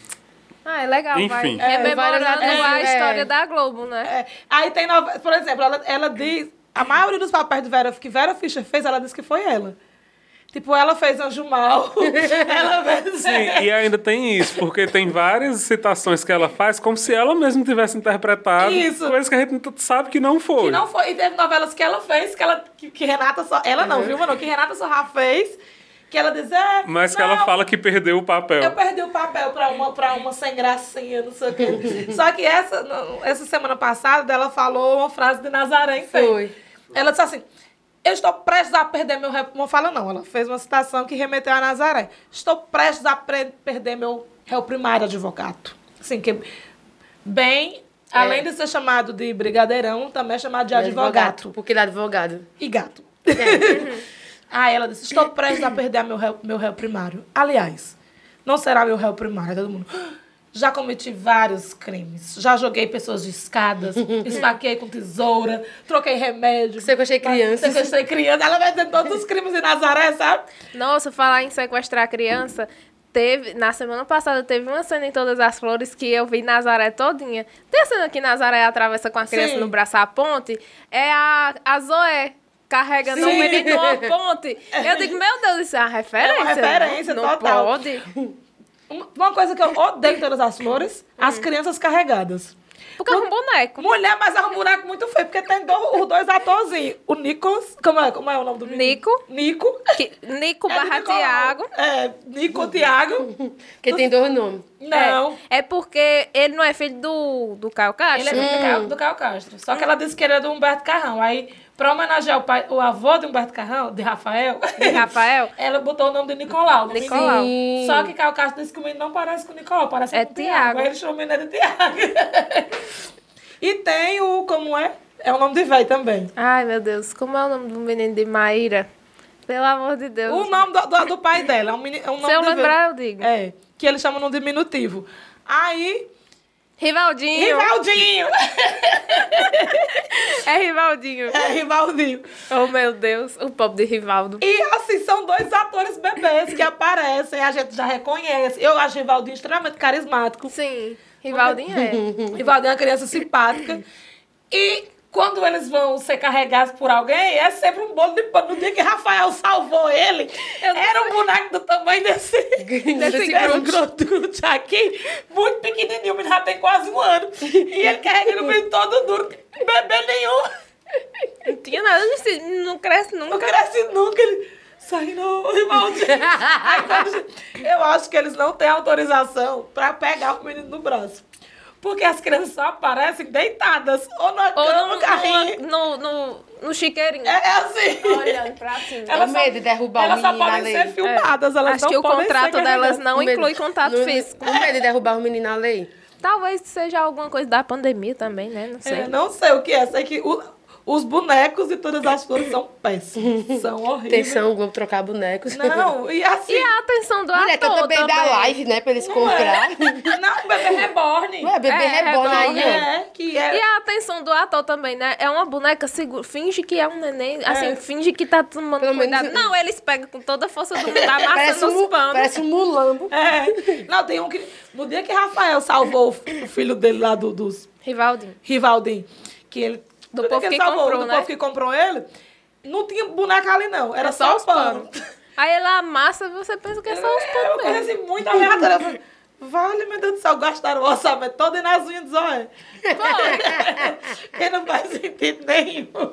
Speaker 1: Ah, é legal, vai.
Speaker 4: Enfim.
Speaker 1: Rememorando
Speaker 3: várias-
Speaker 1: a
Speaker 3: é.
Speaker 1: história da Globo, né?
Speaker 2: É, aí tem nova... Por exemplo, ela, ela diz. A maioria dos papéis do Vera, que Vera Fischer fez, ela disse que foi ela. Tipo, ela fez Anjo Mal. <laughs> ela fez.
Speaker 4: Sim, e ainda tem isso, porque tem várias citações que ela faz como se ela mesma tivesse interpretado
Speaker 2: Isso.
Speaker 4: coisas que a gente sabe que não foi.
Speaker 2: Que não foi. <laughs> E teve novelas que ela fez, que ela. Que, que Renata só. Ela
Speaker 4: Uhum.
Speaker 2: não, viu, mano? Que Renata Sorra fez. Que ela diz. É,
Speaker 4: Mas que
Speaker 2: não,
Speaker 4: ela fala que perdeu o papel.
Speaker 2: Eu perdi o papel pra uma, pra uma sem gracinha, não sei o quê. Só que essa, não, essa semana passada ela falou uma frase de Nazaré, enfim.
Speaker 3: Foi.
Speaker 2: Ela disse assim: Eu estou prestes a perder meu. rep-" Não fala, não. Ela fez uma citação que remeteu a Nazaré. Estou prestes a pre- perder meu réu primário advogado. Assim, que. Bem, além de ser chamado de brigadeirão, também é chamado É. de advogado
Speaker 3: Porque ele é advogado.
Speaker 2: e gato. <laughs> Aí ela disse: Estou prestes a perder meu réu, meu réu primário. Aliás, não será meu réu primário. Aí Todo mundo. <gasps> "Ah, Já cometi vários crimes. Já joguei pessoas de escadas, esfaqueei com tesoura, troquei remédio.
Speaker 3: Sequestrei crianças."
Speaker 2: Sequestrei criança. Ela vai dizendo todos os crimes de Nazaré, sabe?
Speaker 1: Nossa, falar em sequestrar criança, teve, na semana passada teve uma cena em Todas as Flores que eu vi Nazaré todinha. Tem a cena que Nazaré atravessa com a criança
Speaker 2: Sim.
Speaker 1: no braço à ponte, é a, a Zoé carregando
Speaker 2: Sim.
Speaker 1: um menino numa ponte. Eu digo, meu Deus, isso é uma referência?
Speaker 2: referência
Speaker 1: não,
Speaker 2: total.
Speaker 1: Não pode.
Speaker 2: Uma uma coisa que eu odeio em todas as flores: as crianças carregadas.
Speaker 1: Porque é um boneco.
Speaker 2: Mulher, mas é um buraco muito feio, porque tem do- os dois atorzinhos. O Nicolas. Como é, como é o nome do menino?
Speaker 1: Nico.
Speaker 2: Nico.
Speaker 1: Que, Nico Tipo,
Speaker 2: É
Speaker 1: barra
Speaker 2: Nicolau.
Speaker 1: Tiago.
Speaker 2: É, Nico Tiago.
Speaker 3: Porque tem dois nomes.
Speaker 2: <laughs> Não.
Speaker 1: É, é porque ele não é filho do, do Caio Castro.
Speaker 2: Ele é filho do Cal- do Cal Castro. Só que ela disse que ele é do Humberto Carrão. Aí Pra homenagear o, pai, o avô de Humberto Carrão, de Rafael,
Speaker 1: E Rafael
Speaker 2: <laughs> ela botou o nome de Nicolau. do menino.
Speaker 1: Nicolau.
Speaker 3: Sim.
Speaker 2: Só que Caio Castro disse que o menino não parece com o Nicolau, parece
Speaker 1: É
Speaker 2: com o
Speaker 1: Tiago.
Speaker 2: Aí ele chamou o menino de Tiago. <laughs> e tem o, como é? É o nome de véi também.
Speaker 1: Ai, meu Deus, como é o nome do menino de Maíra? Pelo amor de Deus.
Speaker 2: O nome do, do- do pai dela. É um, meni- é um nome
Speaker 1: Se eu
Speaker 2: de véi.
Speaker 1: lembrar, eu digo.
Speaker 2: É, que eles chamam no diminutivo. Aí,
Speaker 1: Rivaldinho.
Speaker 2: Rivaldinho!
Speaker 1: É Rivaldinho.
Speaker 2: É, Rivaldinho.
Speaker 1: Oh, meu Deus, o pobre de Rivaldo.
Speaker 2: E assim, são dois atores bebês que aparecem, a gente já reconhece. Eu acho Rivaldinho extremamente carismático.
Speaker 1: Sim, Rivaldinho é.
Speaker 2: Rivaldinho é uma criança simpática. E quando eles vão ser carregados por alguém, é sempre um bolo de pano. No dia que Rafael salvou ele, era um boneco do tamanho desse, desse,
Speaker 3: Desse
Speaker 2: desse
Speaker 3: grande.
Speaker 2: grande aqui, muito pequenininho, o menino já tem quase um ano. E ele carrega ele no meio todo duro, bebê nenhum.
Speaker 1: Não tinha nada disso, não cresce
Speaker 2: Não
Speaker 1: nunca.
Speaker 2: cresce nunca. Ele sai no Rivaldinho. Aí, quando- eu acho que eles não têm autorização pra pegar o menino no braço. Porque as crianças só aparecem deitadas. Ou na
Speaker 1: Ou
Speaker 2: cama,
Speaker 1: no,
Speaker 2: no carrinho.
Speaker 1: no, no, no chiqueirinho.
Speaker 2: É, é assim.
Speaker 1: Olhando pra cima.
Speaker 3: Tenho medo de derrubar o
Speaker 2: elas só
Speaker 3: menino
Speaker 2: podem
Speaker 3: ali.
Speaker 2: ser filmadas. Elas
Speaker 1: Acho
Speaker 2: não
Speaker 1: que o
Speaker 2: podem ser
Speaker 1: contrato delas
Speaker 2: carregadas.
Speaker 1: não
Speaker 3: Com medo-
Speaker 1: inclui contato
Speaker 3: no-
Speaker 1: físico.
Speaker 3: Com medo de derrubar o menino na lei.
Speaker 1: Talvez seja alguma coisa da pandemia também, né? Não sei.
Speaker 2: É, não sei o que é. Sei que o- os bonecos e todas as flores são péssimos. São horríveis.
Speaker 3: Atenção, Globo trocar bonecos.
Speaker 2: Não, e assim... é.
Speaker 1: E a atenção do
Speaker 3: <laughs> Mulher,
Speaker 1: ator
Speaker 3: eu também da
Speaker 1: também.
Speaker 3: live, né? Pra eles comprar.
Speaker 2: Não, o bebê reborn.
Speaker 3: Ué, bebê né,
Speaker 1: É,
Speaker 3: reborn aí, ó.
Speaker 2: é, que é...
Speaker 1: E a atenção do ator também, né? É uma boneca segura. Finge que é um neném, assim, finge que tá tomando
Speaker 3: Pelo menos- um-
Speaker 1: cuidado. Não, eles pegam com toda a força do
Speaker 3: <laughs>
Speaker 1: mundo, amassando
Speaker 3: Parece um,
Speaker 1: os
Speaker 3: mu-
Speaker 1: panos.
Speaker 3: parece um mulambo.
Speaker 2: É. Não, tem um que. No dia que Rafael salvou o fi- o filho dele lá do, dos
Speaker 1: Rivaldinho.
Speaker 2: Rivaldinho, que ele.
Speaker 1: Do
Speaker 2: no dia
Speaker 1: povo
Speaker 2: ele
Speaker 1: que comprou,
Speaker 2: do
Speaker 1: né? É
Speaker 2: povo que comprou ele, não tinha boneca ali, não. Era É só os pano.
Speaker 1: Aí ela amassa, você pensa que é só os
Speaker 2: <laughs> É uma
Speaker 1: panos
Speaker 2: coisa
Speaker 1: mesmo.
Speaker 2: assim, muito aleatória. Eu falei, Vale, meu Deus do céu, gastaram o orçamento todo e nas unhas do zóio. assim. <laughs> que não faz sentido nenhum.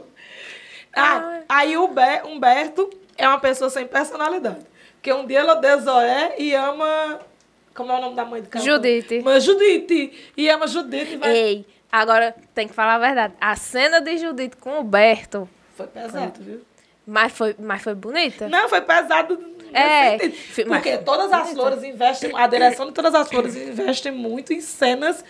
Speaker 2: Ah, aí o Be- Humberto é uma pessoa sem personalidade. Porque um dia ele odeia Zoé e ama. Como é o nome da mãe do cara?
Speaker 1: Judite.
Speaker 2: Mas Judite. E ama Judite. e
Speaker 3: É.
Speaker 1: <laughs>
Speaker 2: Vai...
Speaker 1: Ei, agora tem que falar a verdade. A cena de Judite com o Humberto,
Speaker 2: Foi pesado, viu?
Speaker 1: mas foi, mas foi
Speaker 3: É.
Speaker 1: bonita.
Speaker 2: Não, foi pesado. nesse
Speaker 1: É,
Speaker 2: sentido.
Speaker 1: fi- mas-
Speaker 2: Porque todas as flores investem. A direção de todas as flores investem muito em cenas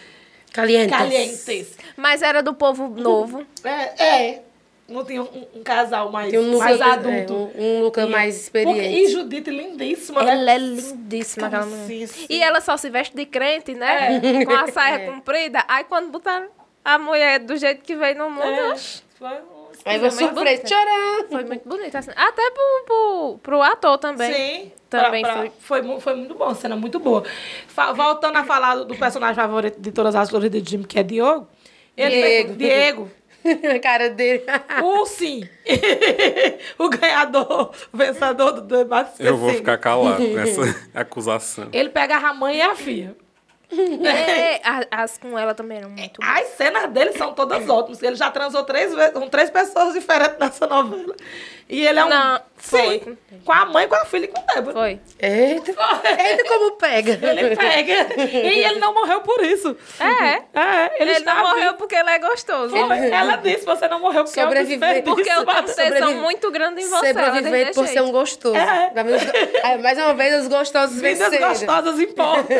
Speaker 3: Calientes.
Speaker 2: calientes.
Speaker 1: Mas era do povo novo.
Speaker 2: É, é. Não tinha um, um casal mais,
Speaker 3: Tem um
Speaker 2: mais
Speaker 3: Lucas,
Speaker 2: adulto.
Speaker 3: é, um, um Lucas mais
Speaker 2: Porque, e
Speaker 3: experiente.
Speaker 2: Judite lindíssima,
Speaker 1: Ela
Speaker 2: né?
Speaker 1: é lindíssima, aquela mulher.
Speaker 2: Sim, sim.
Speaker 1: E ela só se veste de crente, né? <laughs>
Speaker 2: É.
Speaker 1: Com
Speaker 2: <laughs>
Speaker 1: a saia comprida. Aí quando botaram a mulher do jeito que veio no mundo,
Speaker 2: É.
Speaker 1: oxe,
Speaker 2: Foi um-
Speaker 3: Aí você
Speaker 1: Foi muito
Speaker 3: surpresa.
Speaker 1: bonita.
Speaker 3: Tcharam!
Speaker 1: foi muito bonita. assim. Até pro, pro, pro ator também.
Speaker 2: Sim.
Speaker 1: Também
Speaker 2: pra- pra-
Speaker 1: foi.
Speaker 2: foi. mu- foi muito bom, cena muito boa. Fa- voltando a falar do, do personagem favorito de todas as flores de Jim, que é Diogo.
Speaker 3: Diego.
Speaker 2: Diego.
Speaker 3: <laughs> A cara dele. <laughs>
Speaker 2: O sim. <laughs> o ganhador, o vencedor do debate. esqueci.
Speaker 4: Eu vou ficar calado com essa
Speaker 2: <laughs>
Speaker 4: acusação.
Speaker 2: Ele pegava a mãe e a filha. <laughs>
Speaker 1: É, a- as com ela também eram muito boas.
Speaker 2: As cenas dele são todas ótimas. Ele já transou três vezes com três pessoas diferentes nessa novela. E ele é um.
Speaker 1: Não, foi.
Speaker 2: Sim, com a mãe, com a filha e com o Débora.
Speaker 1: Foi.
Speaker 3: Eita,
Speaker 1: É.
Speaker 3: eita como pega.
Speaker 1: <laughs>
Speaker 2: Ele
Speaker 3: <laughs>
Speaker 2: pega. e ele não morreu por isso.
Speaker 1: É.
Speaker 2: É, ele,
Speaker 1: Ele,
Speaker 2: está
Speaker 1: não morreu
Speaker 2: vivo.
Speaker 1: porque ele é gostoso.
Speaker 2: Foi. Ela disse: você não morreu porque eu
Speaker 3: Sobreviver.
Speaker 2: desperdiço.
Speaker 1: Porque eu tenho um tesão
Speaker 3: Sobrevive-
Speaker 1: muito grande em né, você. ela tem
Speaker 3: Sobreviver
Speaker 1: desse
Speaker 3: por ser um
Speaker 1: jeito.
Speaker 3: gostoso.
Speaker 2: É.
Speaker 3: Pra mim, os go- Ah, Mais uma vez, os gostosos
Speaker 2: Vidas
Speaker 3: venceram.
Speaker 1: <laughs>
Speaker 2: gostosas importam.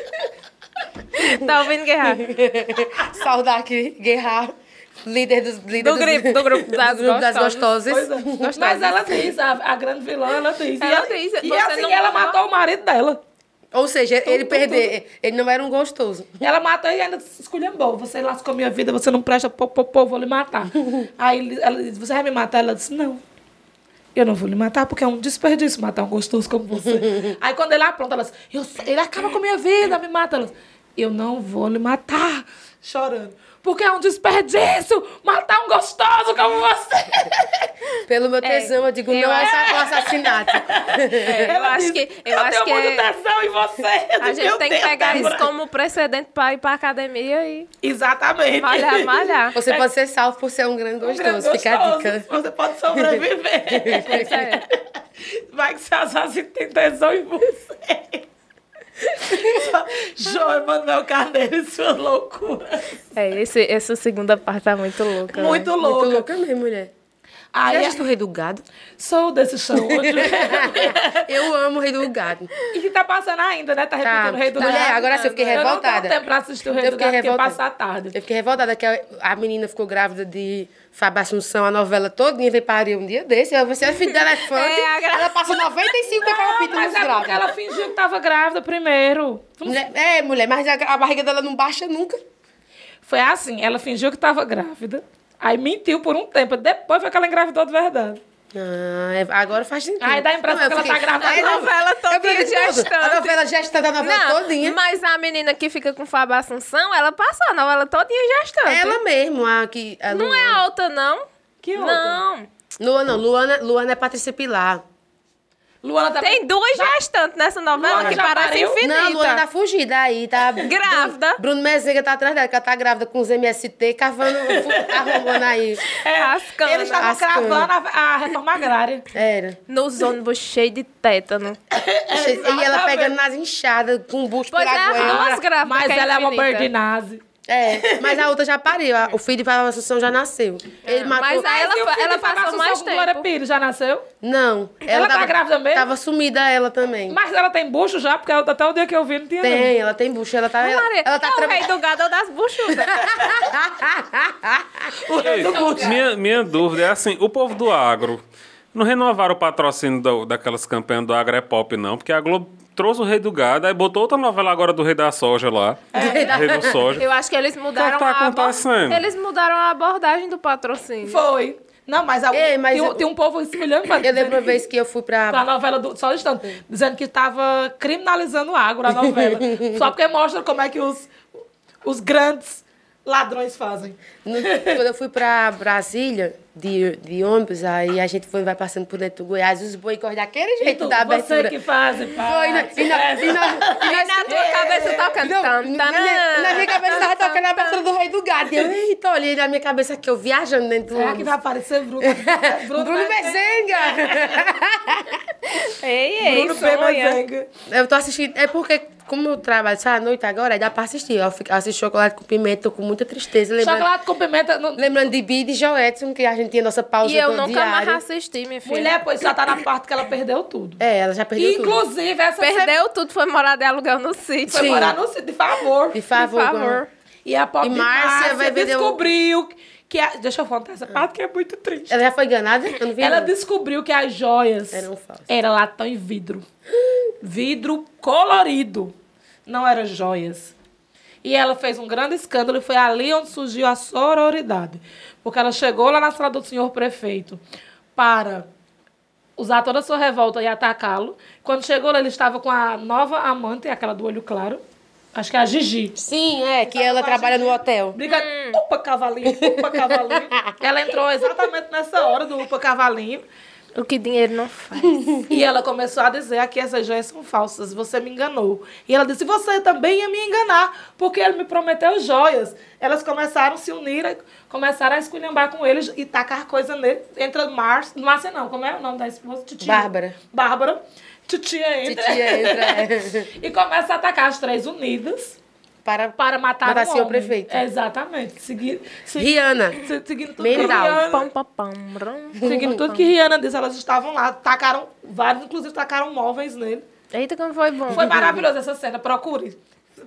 Speaker 1: <laughs> Tá ouvindo,
Speaker 2: <laughs>
Speaker 1: Guerra?
Speaker 3: Saudar aqui, Guerrar, líder dos líder
Speaker 1: Do
Speaker 3: dos-
Speaker 1: grupo- do
Speaker 2: <laughs>
Speaker 1: grupo das
Speaker 3: gostosas.
Speaker 2: Pois é. Mas ela diz, a, a grande vilã, ela diz.
Speaker 1: Ela diz,
Speaker 2: e
Speaker 1: você
Speaker 2: assim,
Speaker 1: não
Speaker 2: ela
Speaker 1: morreu.
Speaker 2: matou o marido dela.
Speaker 3: Ou seja, ele
Speaker 2: tudo,
Speaker 3: perdeu. Ele não era um gostoso.
Speaker 2: Ela matou e ainda esculhambou. Você lascou minha vida, você não presta, pô, pô, pô, vou
Speaker 1: <laughs>
Speaker 2: lhe matar. Aí ele- ela disse, você vai me matar? Ela disse, não. Eu não vou lhe matar porque é um desperdício matar um gostoso
Speaker 1: <laughs>
Speaker 2: como você. Aí quando ele apronta, ela disse, "Eu sei, ele acaba com a minha vida, me mata. Ela disse, eu não vou lhe matar. Chorando. Porque é um desperdício matar um gostoso como você.
Speaker 3: Pelo meu tesão, eu digo,
Speaker 1: Eu
Speaker 3: não é
Speaker 1: acho-
Speaker 2: <laughs>
Speaker 3: assa- um assassinato.
Speaker 1: É, eu
Speaker 2: Ela
Speaker 1: acho
Speaker 2: disse,
Speaker 1: que.
Speaker 2: eu
Speaker 1: Eu acho
Speaker 2: tenho
Speaker 1: que
Speaker 2: muito
Speaker 1: é-
Speaker 2: tesão em você. Eu
Speaker 1: A
Speaker 2: disse, "Meu
Speaker 1: gente tem que
Speaker 2: Deus,
Speaker 1: pegar isso
Speaker 2: Débora."
Speaker 1: como precedente pra ir pra academia e
Speaker 2: Exatamente. <laughs>
Speaker 1: malhar, malhar.
Speaker 3: Você pode ser salvo por ser um grande
Speaker 2: Um
Speaker 3: gostoso.
Speaker 2: grande
Speaker 3: Fica a
Speaker 2: gostoso.
Speaker 3: dica.
Speaker 2: Você pode sobreviver.
Speaker 3: <laughs>
Speaker 1: Pois é.
Speaker 2: Vai que seu assassino tem tesão em você. João Emanuel Carneiro e sua loucura.
Speaker 1: É, esse, essa segunda parte tá muito louca. né?
Speaker 2: Muito
Speaker 3: Muito
Speaker 2: louca.
Speaker 3: louca mesmo, mulher.
Speaker 2: Aí, é-
Speaker 3: Já assistiu o Rei do Gado?
Speaker 2: sou desse chão.
Speaker 3: <laughs> Eu amo o Rei do Gado.
Speaker 2: e que tá passando ainda, né? Tá repetindo o Rei do
Speaker 3: tá.
Speaker 2: Gado.
Speaker 3: Mulher, agora sim, eu fiquei
Speaker 2: Eu não
Speaker 3: revoltada.
Speaker 2: tenho tempo pra assistir o Rei
Speaker 3: Eu
Speaker 2: do
Speaker 3: fiquei
Speaker 2: Gado, porque
Speaker 3: revoltada.
Speaker 2: passa a tarde.
Speaker 3: Eu fiquei revoltada que a, a menina ficou grávida de Fábio Assunção, a novela todinha veio parir um dia desse. Ela você é filho
Speaker 2: <laughs>
Speaker 3: de elefante.
Speaker 1: É, a gra-
Speaker 3: Ela passou 95 capítulos
Speaker 2: Mas é porque
Speaker 3: grávida.
Speaker 2: ela fingiu que tava grávida primeiro.
Speaker 3: Mulher, é, mulher, mas a, a barriga dela não baixa nunca.
Speaker 2: Foi assim, ela fingiu que tava grávida. Aí mentiu por um tempo. Depois foi que ela engravidou de verdade.
Speaker 3: Ah, é- agora faz sentido.
Speaker 2: Ai, dá a impressão
Speaker 3: Não, eu
Speaker 2: que ela tá grávida
Speaker 3: Ai,
Speaker 2: da
Speaker 3: não,
Speaker 1: novela
Speaker 3: eu
Speaker 1: todinha
Speaker 3: perdi tudo.
Speaker 1: gestante.
Speaker 3: A novela gestante, a novela
Speaker 1: Não,
Speaker 3: todinha.
Speaker 1: mas a menina que fica com Fábio Assunção, ela passou a novela todinha gestante.
Speaker 3: Ela mesmo, a que... a
Speaker 1: Não é a outra, não.
Speaker 2: Que outra?
Speaker 1: Não.
Speaker 3: Luana, não. Luana, Luana é Patrícia Pilar.
Speaker 2: Luana tá
Speaker 1: Tem duas gestantes nessa novela
Speaker 2: Luana
Speaker 1: que
Speaker 2: já
Speaker 1: parece
Speaker 2: pariu?
Speaker 1: infinita.
Speaker 3: Não, Luana tá fugida aí, tá...
Speaker 1: Grávida.
Speaker 3: Bruno Mezenga tá atrás dela, que ela tá grávida com os MST, cavando, <laughs> fu- arrombando aí.
Speaker 2: É,
Speaker 1: Rascando.
Speaker 2: Eles estavam
Speaker 3: Rascando.
Speaker 2: cravando a, a reforma agrária.
Speaker 3: Era.
Speaker 1: Nos ônibus cheios de tétano.
Speaker 3: e ela pegando nas inchadas, com um bucho
Speaker 1: Pois é,
Speaker 3: pela
Speaker 1: as
Speaker 3: goela.
Speaker 1: duas grávidas.
Speaker 2: Mas
Speaker 1: que é
Speaker 2: ela é uma
Speaker 1: infinita.
Speaker 2: berdinase.
Speaker 3: É, mas a outra já pariu, a- o filho de Fábio Assunção já nasceu. Ele matou...
Speaker 1: É, mas aí ela
Speaker 2: E o
Speaker 1: fa-
Speaker 2: filho
Speaker 1: ela
Speaker 2: de Fábio
Speaker 1: passou
Speaker 2: Assunção
Speaker 1: mais
Speaker 2: com Glória
Speaker 1: tempo.
Speaker 2: Pires já nasceu?
Speaker 3: Não.
Speaker 2: Ela tá grávida mesmo?
Speaker 3: Tava sumida ela também.
Speaker 2: Mas ela tem bucho já, porque ela- até o dia que eu vi não tinha não.
Speaker 3: Tem, ela tem bucha, ela tá... Ela,
Speaker 1: Maria,
Speaker 3: ela tá...
Speaker 1: é
Speaker 3: tra-
Speaker 1: o rei do gado das
Speaker 2: <laughs>
Speaker 1: buchudas.
Speaker 4: Ei, É minha, minha dúvida é assim, o povo do agro não renovaram o patrocínio do- daquelas campanhas do Agro é Pop, não, porque a Globo trouxe o Rei do Gado, aí botou outra novela agora do Rei da Soja lá. <laughs> Rei do Soja.
Speaker 1: Eu acho que
Speaker 2: é
Speaker 1: eles mudaram
Speaker 4: tá
Speaker 1: a abor-
Speaker 4: acontecendo?
Speaker 1: Eles mudaram a abordagem do patrocínio.
Speaker 2: Foi. Não, mas, a,
Speaker 3: Ei, mas
Speaker 2: tem, um-
Speaker 3: eu-
Speaker 2: tem um povo escolhendo pra
Speaker 3: Eu lembro uma vez que eu fui
Speaker 2: a
Speaker 1: Tá
Speaker 3: pra...
Speaker 2: novela do Só um Instante, dizendo que estava criminalizando o agro, a novela.
Speaker 1: <laughs>
Speaker 2: Só porque mostra como é que os, os grandes ladrões fazem.
Speaker 3: no- quando eu fui pra Brasília, de, de ônibus, aí a gente foi, vai passando por dentro do Goiás, os boi correm daquele
Speaker 2: E
Speaker 3: jeito
Speaker 2: tu,
Speaker 3: da
Speaker 2: você
Speaker 3: abertura.
Speaker 2: que faz,
Speaker 3: Foi, e na,
Speaker 2: faz.
Speaker 3: e na, e na,
Speaker 1: E na tua cabeça tocando.
Speaker 3: Não,
Speaker 1: Tan,
Speaker 3: na,
Speaker 1: tan,
Speaker 3: minha, na minha cabeça tava
Speaker 1: tan,
Speaker 3: tocando a
Speaker 1: tan.
Speaker 3: abertura do Rei do Gado. E eu, eita, olhei na minha cabeça aqui, eu viajando dentro do
Speaker 2: Será É que
Speaker 3: ônibus.
Speaker 2: vai aparecer
Speaker 3: <laughs>
Speaker 2: Bruno? <laughs>
Speaker 3: Bruno Bezenga!
Speaker 1: Ei, ei,
Speaker 2: Bruno
Speaker 1: sonha.
Speaker 2: Bezenga.
Speaker 3: Eu tô assistindo, é porque, como eu trabalho só à noite agora, aí dá pra assistir. Eu fico- assisto Chocolate com Pimenta, tô com muita tristeza. Lembrando,
Speaker 2: Chocolate com pimenta. não-
Speaker 3: lembrando de Bid e Joetson, que a gente tinha nossa pausa
Speaker 1: E eu
Speaker 3: do
Speaker 1: nunca mais
Speaker 3: diário.
Speaker 1: assisti, minha filha.
Speaker 2: Mulher, pois já tá na parte que ela perdeu tudo.
Speaker 3: É, ela já perdeu tudo.
Speaker 2: Inclusive,
Speaker 1: Então
Speaker 2: essa semana
Speaker 1: Perdeu tudo, foi morar de aluguel no sítio.
Speaker 2: foi
Speaker 3: Sim.
Speaker 2: morar no sítio, de favor.
Speaker 3: De favor,
Speaker 1: Por favor.
Speaker 3: Gama.
Speaker 2: E a pobre
Speaker 3: E Márcia
Speaker 2: Márcia,
Speaker 3: vai vender o-
Speaker 2: descobriu que... a- Deixa eu contar essa parte que é muito triste.
Speaker 3: Ela já foi enganada? Eu não vi
Speaker 2: Ela
Speaker 3: não.
Speaker 2: descobriu que as joias
Speaker 3: Eram falsas.
Speaker 2: Era latão em vidro. Vidro colorido. Não eram joias. E ela fez um grande escândalo e foi ali onde surgiu a sororidade. Porque ela chegou lá na sala do senhor prefeito para usar toda a sua revolta e atacá-lo. Quando chegou lá, ele estava com a nova amante, aquela do olho claro. Acho que é a Gigi.
Speaker 3: Sim, é, que ela trabalha
Speaker 2: assim
Speaker 3: no hotel.
Speaker 2: Briga, upa cavalinho, upa cavalinho.
Speaker 3: <laughs>
Speaker 2: ela entrou exatamente nessa hora do upa cavalinho.
Speaker 1: O que dinheiro não faz.
Speaker 2: E ela começou a dizer que essas joias são falsas, você me enganou. E ela disse, você também ia me enganar, porque ele me prometeu joias. Elas começaram a se unir, começaram a esculhambar com eles e tacar coisa nele. Entra Márcia, Márcia não, como é o nome da esposa? Titia.
Speaker 3: Bárbara.
Speaker 2: Bárbara. Titia entra.
Speaker 3: Titia entra, é.
Speaker 2: <laughs> e começa a atacar as três unidas
Speaker 3: Para,
Speaker 2: para matar
Speaker 3: Matar
Speaker 2: o
Speaker 3: seu
Speaker 2: homem.
Speaker 3: prefeito.
Speaker 2: Exatamente. Seguir, seguir,
Speaker 3: Rihanna.
Speaker 2: seguindo tudo
Speaker 3: Mendal.
Speaker 2: que Rihanna-
Speaker 1: Pam, pam, pam, brum.
Speaker 2: Seguindo tudo que Rihanna disse, elas estavam lá, tacaram vários, inclusive tacaram móveis nele.
Speaker 1: Eita, como foi bom.
Speaker 2: Foi maravilhosa essa cena, procure.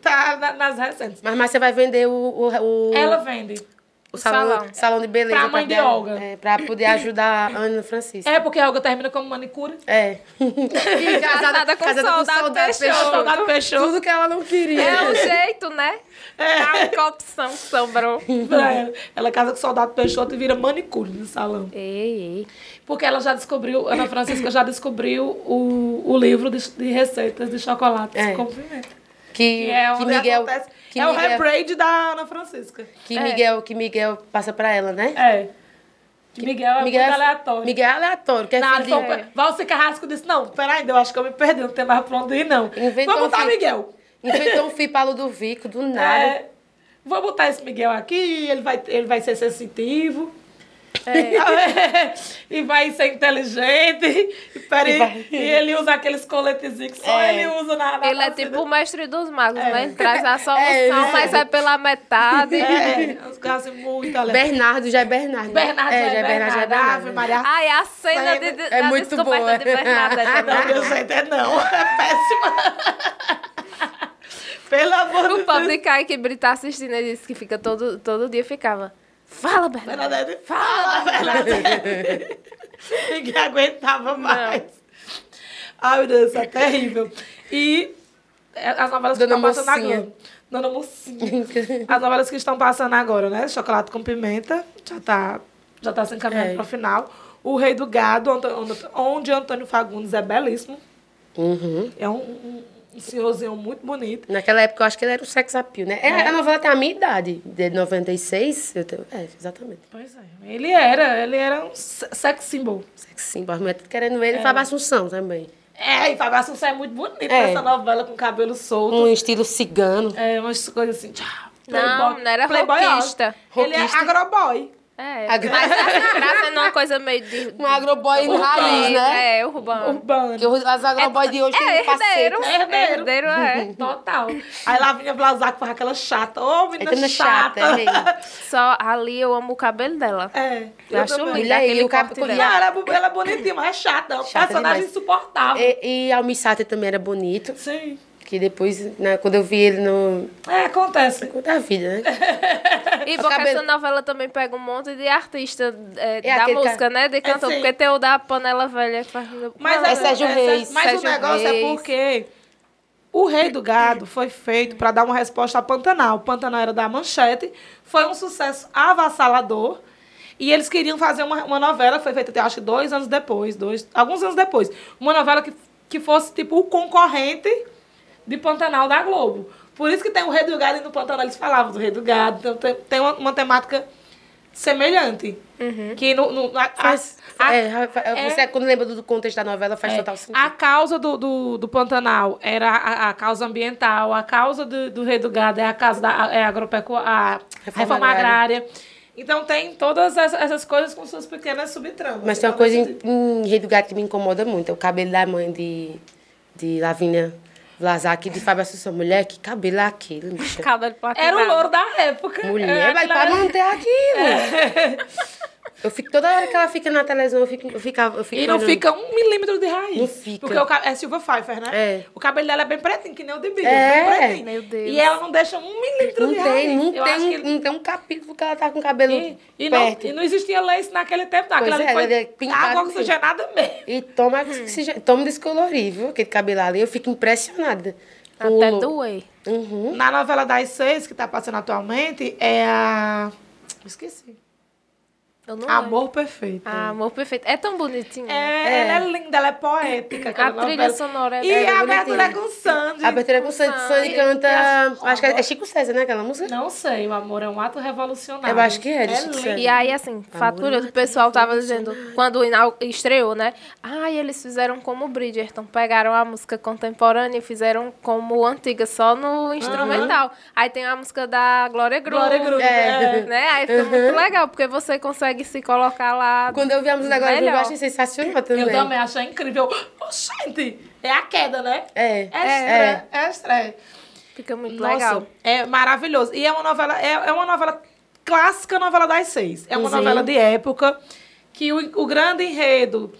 Speaker 2: Tá na- nas recentes.
Speaker 3: Mas, mas você vai vender o, o, o,
Speaker 2: Ela vende.
Speaker 3: o salão,
Speaker 1: salão.
Speaker 3: salão. de beleza.
Speaker 2: Pra mãe de
Speaker 3: poder-
Speaker 2: Olga.
Speaker 3: É, pra poder ajudar a Ana Francisca.
Speaker 2: É porque a Olga termina como manicure. <laughs>
Speaker 3: É. E
Speaker 1: Casada com soldado Peixoto.
Speaker 2: O soldado fechou
Speaker 3: Tudo que ela não queria.
Speaker 1: É o jeito, né? É a única opção que sobrou.
Speaker 2: pra ela. Ela casa com o soldado Peixoto e vira manicure no salão.
Speaker 1: Ei, ei.
Speaker 2: Porque ela já descobriu, Ana Francisca já descobriu o, o livro de, de receitas de chocolates
Speaker 3: É.
Speaker 2: com pimenta.
Speaker 3: Que,
Speaker 2: Que é
Speaker 3: que
Speaker 2: onde
Speaker 3: Miguel.
Speaker 2: acontece.
Speaker 3: Que
Speaker 2: é o
Speaker 3: Miguel,
Speaker 2: rebraid da Ana Francisca.
Speaker 3: que, Miguel, que Miguel passa pra ela, né?
Speaker 2: É. Que Miguel é muito aleatório.
Speaker 3: Miguel é aleatório. Que é
Speaker 2: Nada,
Speaker 3: filho
Speaker 2: então,
Speaker 3: de-
Speaker 2: pe- Valci Carrasco disse, não, peraí, eu acho que eu me perdi, não tem mais pra onde ir, não.
Speaker 3: Inventou
Speaker 2: Vamos botar
Speaker 3: um filho.
Speaker 2: Miguel.
Speaker 3: Inventou um filho pra Ludovico, do nada.
Speaker 2: É, vou botar esse Miguel aqui, ele vai, ele vai ser sensitivo. <laughs> e vai ser inteligente. E, peraí,
Speaker 3: É. E vai-
Speaker 2: e ele usa aqueles coletezinhos que só
Speaker 3: É. um
Speaker 2: ele usa na, na
Speaker 1: Ele é
Speaker 2: vacina.
Speaker 1: tipo o mestre dos magos, né? Ele traz a solução,
Speaker 3: É, ele-
Speaker 1: mas é pela metade.
Speaker 2: É, os caras são muito italianos.
Speaker 3: Bernardo já é Bernardo. né?
Speaker 2: Bernardo
Speaker 3: é,
Speaker 2: já é
Speaker 3: já é
Speaker 2: Bernardo. Ave
Speaker 3: Bernardo.
Speaker 2: Maria.
Speaker 1: Ai, a cena de, de,
Speaker 3: É
Speaker 1: da
Speaker 3: muito
Speaker 1: descoberta
Speaker 3: boa.
Speaker 1: de
Speaker 3: <laughs>
Speaker 1: né? Bernardo.
Speaker 2: Não, meu jeito é não. <laughs> É péssima.
Speaker 3: <laughs>
Speaker 2: Pelo amor de
Speaker 1: O
Speaker 2: Deus.
Speaker 1: public eye que Brita assistindo, ele disse que fica todo, todo dia ficava. Fala, Bernardo.
Speaker 2: Bernadette, fala, <laughs> Bernadette. Ninguém aguentava mais. Ai, meu Deus, isso é terrível. E é, as novelas que
Speaker 3: Dona
Speaker 2: estão passando
Speaker 3: Mocinha.
Speaker 2: agora. Dona Mocinha. As novelas que estão passando agora, né? Chocolate com Pimenta, já tá, já tá se encaminhando
Speaker 3: É.
Speaker 2: para o final. O Rei do Gado, Anto- onde- onde Antônio Fagundes é belíssimo.
Speaker 3: Uhum.
Speaker 2: É um, um- um senhorzinho muito bonito.
Speaker 3: Naquela época eu acho que ele era o sex appeal, né? É, A novela tem a minha idade, de 96. Eu tenho... É, exatamente.
Speaker 2: Pois é. Ele era, ele era um se- sex symbol.
Speaker 3: um Sex symbol. As mulheres tudo querendo ele e Fábio Assunção também.
Speaker 2: É, e Fábio Assunção é muito bonito
Speaker 3: É.
Speaker 2: nessa novela com cabelo solto.
Speaker 3: Um estilo cigano.
Speaker 2: É, umas coisas assim, tchau.
Speaker 1: Não, não era
Speaker 2: ó.
Speaker 1: roquista.
Speaker 2: Ele é
Speaker 3: Roquista.
Speaker 2: agroboy.
Speaker 1: É,
Speaker 3: Agro-
Speaker 1: mas tá trazendo uma coisa meio de...
Speaker 3: Um agroboy raiz, né?
Speaker 1: É, urbano.
Speaker 2: Urbano.
Speaker 3: Porque as agroboy de hoje
Speaker 1: É,
Speaker 3: tem um
Speaker 1: herdeiro.
Speaker 3: faceta.
Speaker 2: Herdeiro. Uhum.
Speaker 1: Herdeiro,
Speaker 3: Uhum.
Speaker 1: é.
Speaker 2: Total. Aí lá vinha Blasac com aquela chata. Ô, menina
Speaker 3: É, menina
Speaker 2: chata.
Speaker 3: chata, é mesmo.
Speaker 1: Só ali eu amo o cabelo dela.
Speaker 2: <laughs> É.
Speaker 1: Eu acho
Speaker 2: também.
Speaker 1: lindo
Speaker 3: Mulher, e
Speaker 1: aquele
Speaker 3: o
Speaker 1: corte
Speaker 3: cabelo-
Speaker 2: Não,
Speaker 1: dela.
Speaker 2: ela, é bu- ela é bonitinha, mas é chata. É um
Speaker 3: Chata
Speaker 2: <laughs> personagem
Speaker 3: demais. É.
Speaker 2: insuportável.
Speaker 3: E, e Almir Sater também era bonito.
Speaker 2: Sim.
Speaker 3: Que depois, né, quando eu vi ele no...
Speaker 2: É, acontece.
Speaker 3: <laughs> Da vida, né?
Speaker 1: E
Speaker 3: O
Speaker 1: porque
Speaker 3: cabelo-
Speaker 1: essa novela também pega um monte de artista é,
Speaker 3: É
Speaker 1: da
Speaker 3: aquele
Speaker 1: música,
Speaker 3: ca-
Speaker 1: né? De cantor.
Speaker 2: sim.
Speaker 1: Porque tem o da panela velha que faz.
Speaker 2: Mas
Speaker 1: Não,
Speaker 3: É Sérgio Reis.
Speaker 2: Mas
Speaker 1: Sérgio
Speaker 2: o negócio
Speaker 1: Reis.
Speaker 2: é porque o Rei do Gado foi feito para dar uma resposta a Pantanal. Pantanal era da Manchete, foi um sucesso avassalador. E eles queriam fazer uma, uma novela, foi feita, eu acho, dois anos depois, dois, alguns anos depois. Uma novela que, que fosse, tipo, o concorrente de Pantanal da Globo. Por isso que tem o Rei do Gado e no Pantanal eles falavam do Rei do Gado. Então tem, tem uma, uma temática semelhante. Que no, no, a- a-
Speaker 3: Uhum. Faz,
Speaker 2: a-
Speaker 3: é, fa- Você, quando lembra do do contexto da novela, faz
Speaker 2: é.
Speaker 3: total sentido.
Speaker 2: A causa do, do, do Pantanal era a, a causa ambiental, a causa do, do Rei do Gado é a causa da é agropecuária, a reforma,
Speaker 3: Reforma
Speaker 2: agrária. Então tem todas essa- essas coisas com suas pequenas subtramas.
Speaker 3: Mas tem uma
Speaker 2: Então,
Speaker 3: coisa
Speaker 2: assim,
Speaker 3: em, em Rei do Gato que me incomoda muito. É o cabelo da mãe de, de Lavínia Vlasak e de Fábio Assunção. Mulher, que cabelo é aquele, bicha?
Speaker 1: Cabelo
Speaker 2: Era
Speaker 1: platinado.
Speaker 2: o louro da época. É,
Speaker 3: Mulher, vai
Speaker 2: aquela-
Speaker 3: pra manter aquilo.
Speaker 2: É.
Speaker 3: Eu fico, toda hora que ela fica na televisão, eu fico... Eu ficava- eu fico
Speaker 2: E não
Speaker 3: olhando.
Speaker 2: fica um milímetro de raiz.
Speaker 3: Não fica.
Speaker 2: Porque o ca- é Silva Pfeiffer, né?
Speaker 3: É.
Speaker 2: O cabelo dela é bem pretinho, que nem o de Bia.
Speaker 3: É.
Speaker 2: Bem pretinho.
Speaker 1: Meu Deus.
Speaker 2: E ela não deixa um milímetro
Speaker 3: Não
Speaker 2: de raiz.
Speaker 3: tem, não
Speaker 2: Eu
Speaker 3: tem,
Speaker 2: acho
Speaker 3: um,
Speaker 2: que-
Speaker 3: não tem um capítulo que ela tá com o cabelo
Speaker 2: E, e não,
Speaker 3: perto.
Speaker 2: e não existia lace naquele tempo, não. Aquela
Speaker 3: Pois é,
Speaker 2: ali
Speaker 3: ela é
Speaker 2: foi
Speaker 3: pintada
Speaker 2: água
Speaker 3: mesmo.
Speaker 2: oxigenada mesmo.
Speaker 3: E toma, oxigênio- toma descolorir, viu? Aquele cabelo ali. Eu fico impressionada. com o
Speaker 1: Até
Speaker 3: look.
Speaker 1: doei.
Speaker 3: Uhum.
Speaker 2: Na novela das seis, que tá passando atualmente, é a. Esqueci.
Speaker 1: Eu não lembro.
Speaker 2: Amor Perfeito.
Speaker 1: Ah, amor perfeito. É tão bonitinho.
Speaker 2: É,
Speaker 1: né?
Speaker 2: Ela é linda, ela é poética. aquela
Speaker 1: A trilha
Speaker 2: novela.
Speaker 1: sonora é
Speaker 2: E
Speaker 1: bem
Speaker 2: a
Speaker 3: bonitinha.
Speaker 2: abertura é com Sandy.
Speaker 3: A abertura com o Sandy. Sandy canta.
Speaker 2: e a-
Speaker 3: Acho que é é Chico César, né? Aquela música?
Speaker 2: Não sei, o amor é um ato revolucionário.
Speaker 3: Eu acho que é, de Chico
Speaker 2: lindo.
Speaker 3: César.
Speaker 1: E aí, assim, fatura do pessoal tava dizendo, quando inau- estreou, né? Ah, eles fizeram como Bridgerton, pegaram a música contemporânea e fizeram como antiga, só no instrumental. Aí tem a música da Glória Groove.
Speaker 2: Glória Groove, É. é.
Speaker 1: Né? Aí fica muito legal, porque você consegue se colocar lá...
Speaker 3: Quando eu vi a música da Glória Groove, eu
Speaker 1: Melhor.
Speaker 3: achei sensacional também.
Speaker 2: Eu também achei incrível. Oh, gente! É a queda, né?
Speaker 3: É.
Speaker 2: É estranho, é estranho.
Speaker 1: Fica muito
Speaker 2: Nossa,
Speaker 1: legal.
Speaker 2: É maravilhoso. E é uma novela, é, é uma novela clássica, novela das seis. É uma
Speaker 1: Uhum.
Speaker 3: Sim.
Speaker 2: novela de época que o, o grande enredo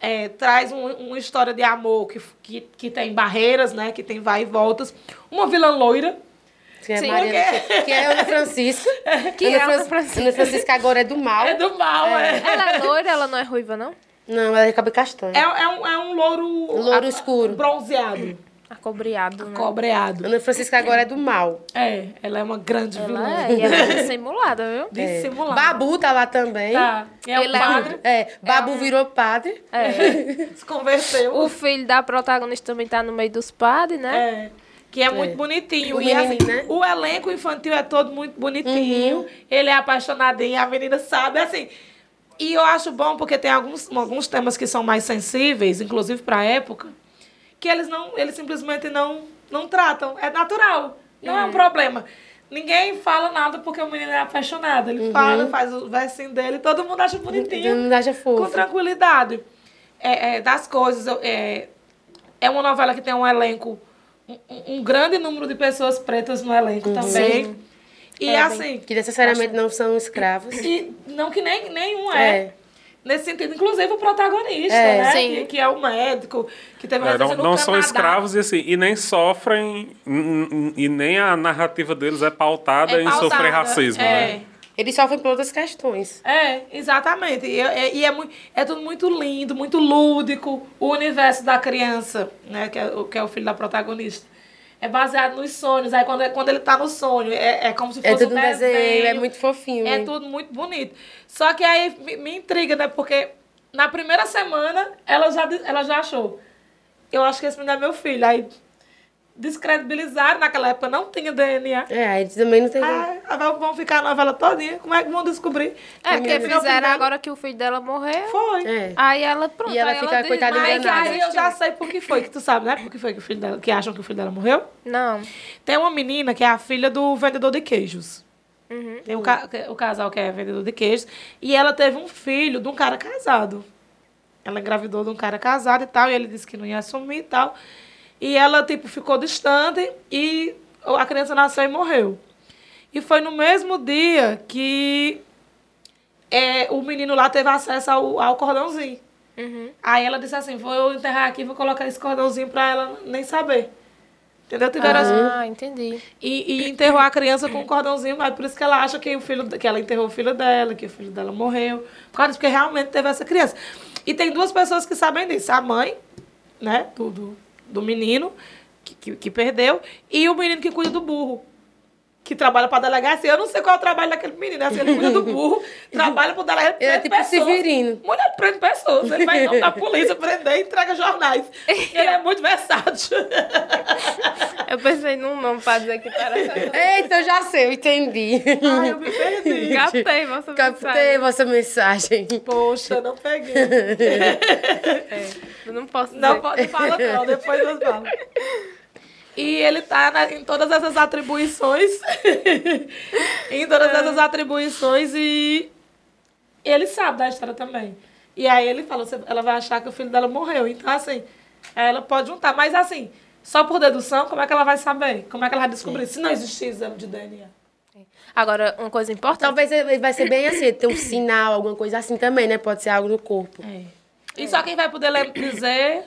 Speaker 2: é, traz um- uma história de amor que, que, que tem barreiras, né? Que tem vai e voltas. Uma vilã loira.
Speaker 3: Que é
Speaker 1: Sim.
Speaker 3: Maria, que é Ana Francisca.
Speaker 1: Que é Ana Francisca.
Speaker 3: Ana Francisca agora é do
Speaker 2: <laughs>
Speaker 3: mal.
Speaker 2: É do mal, é.
Speaker 1: Ela é loira, ela não é ruiva, não?
Speaker 3: Não, ela é de cabelo castanho.
Speaker 2: É, é um, é um louro...
Speaker 3: Louro escuro.
Speaker 2: Bronzeado.
Speaker 1: Acobreado, né?
Speaker 2: Cobreado.
Speaker 3: Ana Francisca agora é do mal.
Speaker 2: É, ela é uma grande vilã.
Speaker 1: Ela é, e ela é dissimulada, viu?
Speaker 2: Dissimulada.
Speaker 3: Babu tá lá também.
Speaker 2: Tá. É um
Speaker 1: Ele é
Speaker 2: padre.
Speaker 3: É, Babu virou padre. <laughs>
Speaker 1: É.
Speaker 2: Se converteu.
Speaker 1: <laughs> O filho da protagonista também tá no meio dos padres, né?
Speaker 2: É. Que é, muito bonitinho.
Speaker 3: O
Speaker 2: E, assim,
Speaker 3: menininho, né? Uhum.
Speaker 2: O elenco infantil é todo muito bonitinho. Ele é apaixonadinho, a menina sabe, assim. E eu acho bom porque tem alguns, alguns temas que são mais sensíveis, inclusive pra época,
Speaker 3: Uhum.
Speaker 2: que eles não, eles simplesmente não, não tratam. É natural, não é, um problema. Ninguém fala nada porque o menino é apaixonado. Ele fala, faz o versinho dele, todo mundo acha bonitinho.
Speaker 3: Uhum. Todo mundo acha fofo.
Speaker 2: Com tranquilidade. É, é, das coisas. eu- É, é uma novela que tem um elenco, um, um- um grande número de pessoas pretas no elenco
Speaker 3: Uhum.
Speaker 2: também. E assim.
Speaker 3: Que necessariamente não são escravos.
Speaker 2: E não que nem, nenhum é.
Speaker 3: É.
Speaker 2: Nesse sentido, inclusive o protagonista,
Speaker 3: É.
Speaker 2: né?
Speaker 1: Sim.
Speaker 2: Que, que é o médico, que teve
Speaker 4: É,
Speaker 2: uma
Speaker 4: não
Speaker 2: no
Speaker 4: não são
Speaker 2: Canadá.
Speaker 4: escravos e assim, e nem sofrem, n- n- e nem a narrativa deles é pautada
Speaker 2: É
Speaker 4: em sofrer
Speaker 2: pautada,
Speaker 4: racismo,
Speaker 2: é.
Speaker 4: né?
Speaker 3: Eles sofrem por outras questões.
Speaker 2: É, exatamente. E é, e é, mui- é tudo muito lindo, muito lúdico. O universo da criança, né? Que é, o- que é o filho da protagonista. É baseado nos sonhos. Aí quando, quando ele tá no sonho, é, é como se fosse
Speaker 3: É tudo
Speaker 2: um
Speaker 3: um
Speaker 2: desenho.
Speaker 3: desenho, é muito fofinho.
Speaker 2: É
Speaker 3: né?
Speaker 2: tudo muito bonito. Só que aí me, me intriga, né? Porque na primeira semana ela já, di- ela já achou. Eu acho que esse menino é meu filho. Aí descredibilizaram. Naquela época não tinha DNA.
Speaker 3: É, aí também não tem.
Speaker 2: Ah, agora vão ficar a novela todinha. Como é que vão descobrir?
Speaker 1: É,
Speaker 2: Meu
Speaker 1: porque
Speaker 2: filho dela-
Speaker 1: fizeram agora que o filho dela morreu.
Speaker 2: Foi.
Speaker 3: É.
Speaker 1: Aí ela, pronto.
Speaker 3: E ela
Speaker 1: aí
Speaker 3: fica,
Speaker 1: ela diz,
Speaker 3: coitada,
Speaker 1: "Ai,
Speaker 2: Aí, que
Speaker 3: enganada.
Speaker 2: aí eu já sei por que foi, que tu sabe, né? Por que foi que o filho dela, que acham que o filho dela morreu?
Speaker 1: Não.
Speaker 2: Tem uma menina que é a filha do vendedor de queijos. Tem o, ca- o casal que é vendedor de queijos. E ela teve um filho de um cara casado. Ela engravidou de um cara casado e tal. E ele disse que não ia assumir e tal. E ela, tipo, ficou distante. E a criança nasceu e morreu. E foi no mesmo dia que é, o menino lá teve acesso ao, ao cordãozinho. Aí ela disse assim, vou enterrar aqui, vou colocar esse cordãozinho pra ela nem saber. Entendeu? Tiveram essa-
Speaker 3: Uhum.
Speaker 1: Ah, entendi.
Speaker 2: e, e enterrou a criança com um cordãozinho, mas por isso que ela acha que, o filho, que ela enterrou o filho dela, que o filho dela morreu. Por causa disso, porque realmente teve essa criança. E tem duas pessoas que sabem disso. A mãe, né, do, do, do menino, que, que, que perdeu, e o menino que cuida do burro. Que trabalha pra delegacia. Eu não sei qual é o trabalho daquele menino, né? Se ele cuida do
Speaker 3: <laughs>
Speaker 2: burro, trabalha pro delegado.
Speaker 3: Ele é
Speaker 2: prende
Speaker 3: tipo Severino.
Speaker 2: Mulher prende pessoas. Ele vai não da
Speaker 3: <laughs>
Speaker 2: polícia prender e entrega jornais. Ele é muito versátil.
Speaker 3: Uhum.
Speaker 1: Eu pensei num nome pra dizer que
Speaker 3: <laughs>
Speaker 1: parece.
Speaker 3: Eita, eu já sei, eu entendi.
Speaker 2: Ai, eu me perdi.
Speaker 1: Captei, você
Speaker 3: Captei vossa mensagem.
Speaker 2: Poxa, não peguei.
Speaker 1: É, Eu não posso dizer.
Speaker 2: Não pode falar não, depois nós falamos. E ele tá na- em todas essas <laughs> atribuições. em todas essas atribuições e ele sabe da história também. E aí ele falou, ela vai achar que o filho dela morreu. Então, assim, aí ela pode juntar. Mas assim, só por dedução, como é que ela vai saber? Como é que ela vai descobrir? Se não existir exame de DNA.
Speaker 1: Agora, uma coisa importante.
Speaker 3: Talvez ele vai ser bem assim, tem um sinal, alguma coisa assim também, né? Pode ser algo no corpo.
Speaker 1: É.
Speaker 2: É. E só quem vai poder lem- dizer.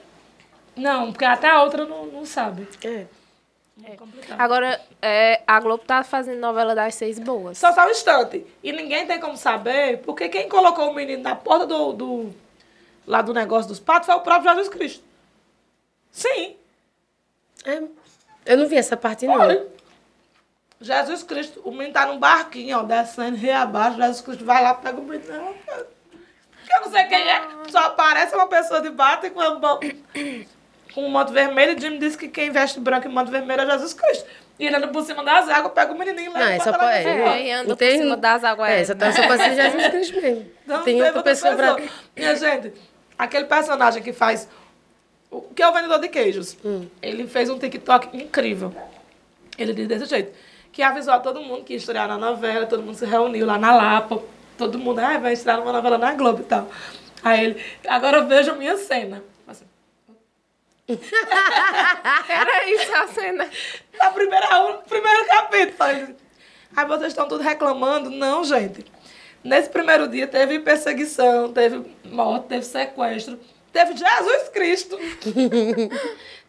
Speaker 2: Não, porque até a outra não, não sabe.
Speaker 3: É.
Speaker 2: É complicado.
Speaker 1: Agora, é, a Globo tá fazendo novela das seis boas.
Speaker 2: Só tá o instante. E ninguém tem como saber, porque quem colocou o menino na porta do, do- lá do negócio dos patos foi o próprio Jesus Cristo. Sim.
Speaker 3: É. Eu não vi essa parte, não.
Speaker 2: Olha. Jesus Cristo, o menino tá num barquinho, ó, descendo, rio abaixo, Jesus Cristo vai lá, pega o menino. Não, cara. Eu não sei quem é, só aparece uma pessoa de bata e com um, bo- com um manto vermelho. E Jim disse que quem veste branco e manto vermelho é Jesus Cristo. E ele anda por cima das águas, pega o menininho e
Speaker 3: Não,
Speaker 2: leva
Speaker 3: é
Speaker 2: pra
Speaker 3: só
Speaker 2: lá
Speaker 3: pra.
Speaker 2: pra fora.
Speaker 1: É, e anda por cima das águas.
Speaker 3: É, só tá só pra ser Jesus Cristo mesmo.
Speaker 2: <laughs> Não
Speaker 3: tem outra pessoa pra.
Speaker 2: Minha gente, aquele personagem que faz. O que é o vendedor de queijos?
Speaker 3: Hum.
Speaker 2: Ele fez um TikTok incrível. Ele diz desse jeito. Que avisou a todo mundo que ia estrear na novela, todo mundo se reuniu lá na Lapa. Todo mundo, ah, vai estrear uma novela na Globo e tal. Aí ele, agora veja minha cena. Assim,
Speaker 1: Ah, Era isso a cena.
Speaker 2: Na primeira aula, no primeiro capítulo. Aí, aí vocês estão tudo reclamando. Não, gente. Nesse primeiro dia teve perseguição, teve morte, teve sequestro. Teve Jesus
Speaker 3: <laughs>
Speaker 2: Cristo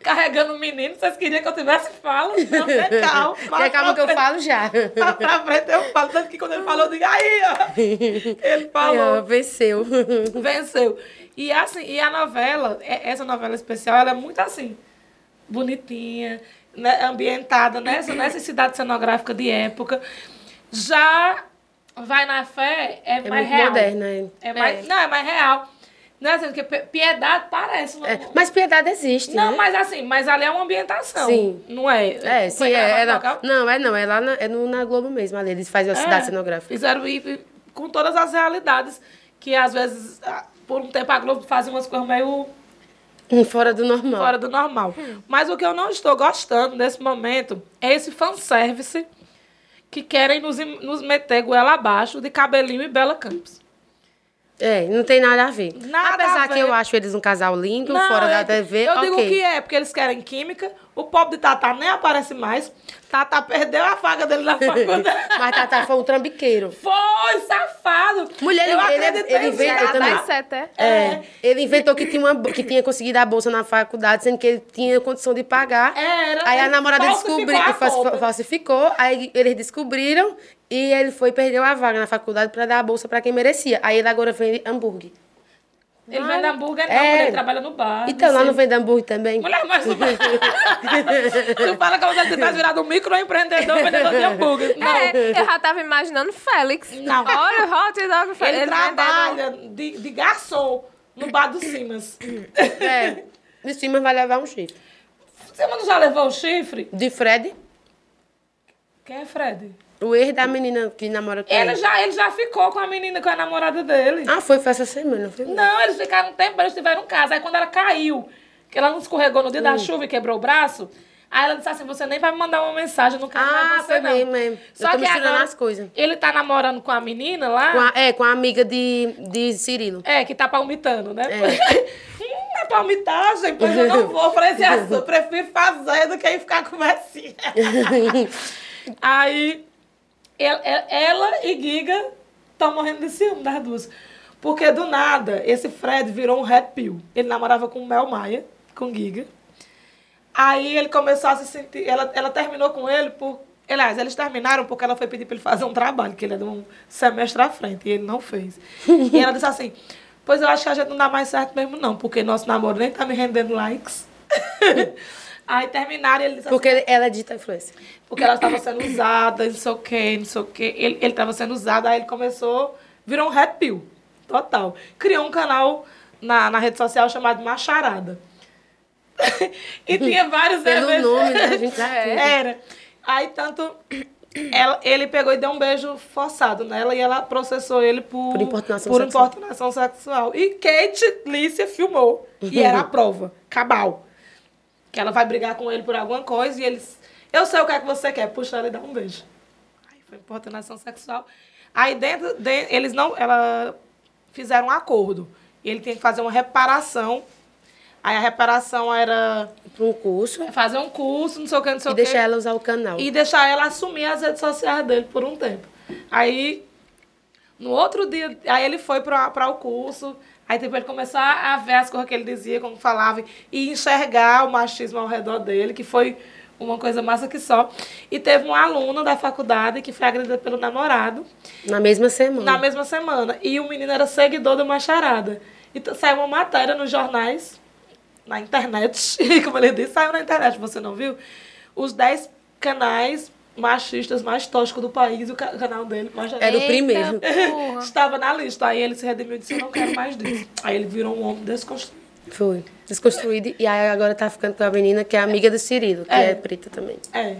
Speaker 2: carregando o menino. Vocês queriam que eu tivesse fala? Não, é calma.
Speaker 3: <laughs> Que acaba que eu falo já.
Speaker 2: Pra, pra frente eu falo. Tanto que quando ele falou, eu digo, aí, ó.
Speaker 3: <laughs>
Speaker 2: Ele falou
Speaker 3: Ai, ó, Venceu.
Speaker 2: <laughs> venceu. E assim, e a novela, é- essa novela especial, ela é muito assim, bonitinha, né, ambientada nessa necessidade cenográfica de época. Já Vai na Fé é,
Speaker 3: É
Speaker 2: mais
Speaker 3: muito
Speaker 2: real.
Speaker 3: moderna. hein?
Speaker 2: É mais, Não, é mais real. Não é assim, porque pi- piedade parece. uma-
Speaker 3: É, Mas piedade existe.
Speaker 2: não,
Speaker 3: né?
Speaker 2: mas assim, mas ali é uma ambientação.
Speaker 3: Sim.
Speaker 2: Não é?
Speaker 3: É, sim, é, é
Speaker 2: Vai
Speaker 3: não.
Speaker 2: tocar-
Speaker 3: Não, é não, é lá na, é no, na Globo mesmo, ali. Eles
Speaker 2: É.
Speaker 3: fazem a cidade cenográfica. <laughs>
Speaker 2: Fizeram e- e com todas as realidades, que às vezes, ah, por um tempo, a Globo fazia umas coisas meio
Speaker 3: Fora do normal.
Speaker 2: fora do
Speaker 3: Hum.
Speaker 2: normal. Mas o que eu não estou gostando nesse momento é esse fanservice que querem nos, im- nos meter goela abaixo de Cabelinho e Bela Campos.
Speaker 3: É, não tem nada a ver.
Speaker 2: Nada
Speaker 3: Apesar
Speaker 2: a ver.
Speaker 3: que eu acho eles um casal lindo,
Speaker 2: Não,
Speaker 3: fora da
Speaker 2: eu-
Speaker 3: TV,
Speaker 2: Eu
Speaker 3: ok.
Speaker 2: digo que é, porque eles querem química. O pobre de Tatá nem aparece mais. Tatá perdeu a faga dele
Speaker 3: <laughs>
Speaker 2: na faculdade.
Speaker 3: Mas Tatá foi um trambiqueiro.
Speaker 2: Foi, safado.
Speaker 3: Mulher,
Speaker 2: eu
Speaker 3: ele- ele-
Speaker 2: acreditei
Speaker 3: ele
Speaker 2: em
Speaker 3: veio-
Speaker 2: Tatá.
Speaker 3: eu também.
Speaker 1: Tá certo, é?
Speaker 3: É. Ele inventou que tinha, uma, bo- que tinha conseguido a bolsa na faculdade, sendo que ele tinha condição de pagar.
Speaker 2: É, Era,
Speaker 3: aí a
Speaker 2: ele
Speaker 3: namorada
Speaker 2: falsificou
Speaker 3: descobriu,
Speaker 2: a
Speaker 3: e fals-
Speaker 2: conta.
Speaker 3: falsificou, aí eles descobriram e ele foi e perdeu a vaga na faculdade pra dar a bolsa pra quem merecia. Aí ele agora vende hambúrguer.
Speaker 2: Ele vende hambúrguer, não,
Speaker 3: É.
Speaker 2: porque ele trabalha no bar.
Speaker 3: então, lá
Speaker 2: sei.
Speaker 3: não <laughs> vende hambúrguer também?
Speaker 2: Ah, Mulher, mas tu,
Speaker 3: <laughs>
Speaker 2: tu fala como se você tá virado um microempreendedor vendedor de hambúrguer. Não.
Speaker 1: É, eu já tava imaginando Félix.
Speaker 2: Não.
Speaker 1: Olha o hot dog Félix.
Speaker 2: Ele,
Speaker 1: vendendo-
Speaker 2: trabalha de, de garçom no bar do Simas.
Speaker 3: <coughs> É. De cima vai levar um chifre.
Speaker 2: Simas não já levou o chifre?
Speaker 3: De Fred,
Speaker 2: Quem é Fred?
Speaker 3: o ex da menina que namora com
Speaker 2: Ele já, ele já ficou com a menina, com a namorada dele.
Speaker 3: Ah, foi, foi essa semana, foi?
Speaker 2: Não, eles ficaram um tempo, eles tiveram um caso. Aí quando ela caiu, que ela não escorregou no dia
Speaker 3: Hum.
Speaker 2: da chuva e quebrou o braço, aí ela disse assim, você nem vai me mandar uma mensagem, não quero
Speaker 3: Ah,
Speaker 2: mais você
Speaker 3: foi
Speaker 2: não.
Speaker 3: mesmo, mesmo. Eu tô misturando as coisas.
Speaker 2: ele tá namorando com a menina lá,
Speaker 3: Com a- é, com a amiga de, de Cirilo.
Speaker 2: é, que tá palmitando, né? <laughs> hum, é palmitagem, pois eu não vou pra esse assunto. Prefiro fazer do que ir ficar com o Messi. Aí, ela, ela e Giga estão morrendo de ciúme das duas. Porque do nada, esse Fred virou um red pill. Ele namorava com Mel Maia, com Giga. Aí ele começou a se sentir. Ela, ela terminou com ele por. Aliás, eles terminaram porque ela foi pedir para ele fazer um trabalho, que ele é de um semestre à frente, e ele não fez. E ela disse assim: Pois eu acho que a gente não dá mais certo mesmo, não, porque nosso namoro nem tá me rendendo likes. Aí terminaram e ele disse assim.
Speaker 3: Porque ela é dita influência.
Speaker 2: Porque ela estava sendo usada, não sei o quê, não sei o quê. Ele, ele estava sendo usado, aí ele começou, virou um red pill, total. Criou um canal na, na rede social chamado Macharada. <laughs> e tinha vários
Speaker 3: Pelo
Speaker 2: eventos.
Speaker 3: nome, né?
Speaker 2: <laughs>
Speaker 3: A gente já
Speaker 2: Era. Aí, tanto, ela- ele pegou e deu um beijo forçado nela e ela processou ele por,
Speaker 3: Por importunação
Speaker 2: por
Speaker 3: sexual.
Speaker 2: importunação sexual. E Kate Lícia filmou. E
Speaker 3: <laughs>
Speaker 2: era a prova. Cabal. Que ela vai brigar com ele por alguma coisa e eles. Eu sei o que é que você quer. Puxa ela e dá um beijo. Aí foi importunação sexual. Aí dentro. de- eles não. Ela fizeram um acordo. E ele tem que fazer uma reparação. Aí a reparação era
Speaker 3: Pra um curso
Speaker 2: fazer um curso, não sei o que, não sei
Speaker 3: e
Speaker 2: o que.
Speaker 3: deixar ela usar o canal.
Speaker 2: E deixar ela assumir as redes sociais dele por um tempo. Aí, no outro dia, aí ele foi para o curso, aí depois ele começou a, a ver as coisas que ele dizia, como falava, e enxergar o machismo ao redor dele, que foi uma coisa massa que só. E teve uma aluna da faculdade que foi agredida pelo namorado
Speaker 3: Na mesma semana.
Speaker 2: na mesma semana. E o menino era seguidor do Macharada. Então saiu uma matéria nos jornais, na internet, <laughs> como ele disse, saiu na internet, você não viu? Os 10 canais machistas mais tóxicos do país, o ca- canal dele, Macharada.
Speaker 3: Era o primeiro.
Speaker 1: Porra.
Speaker 2: Estava na lista, aí ele se redimiu e disse, eu não quero mais disso. Aí ele virou um homem desconstruído.
Speaker 3: Foi. Desconstruído. E aí agora tá ficando com a menina que é amiga do Cirilo, que
Speaker 2: É.
Speaker 3: é, preta também.
Speaker 2: É.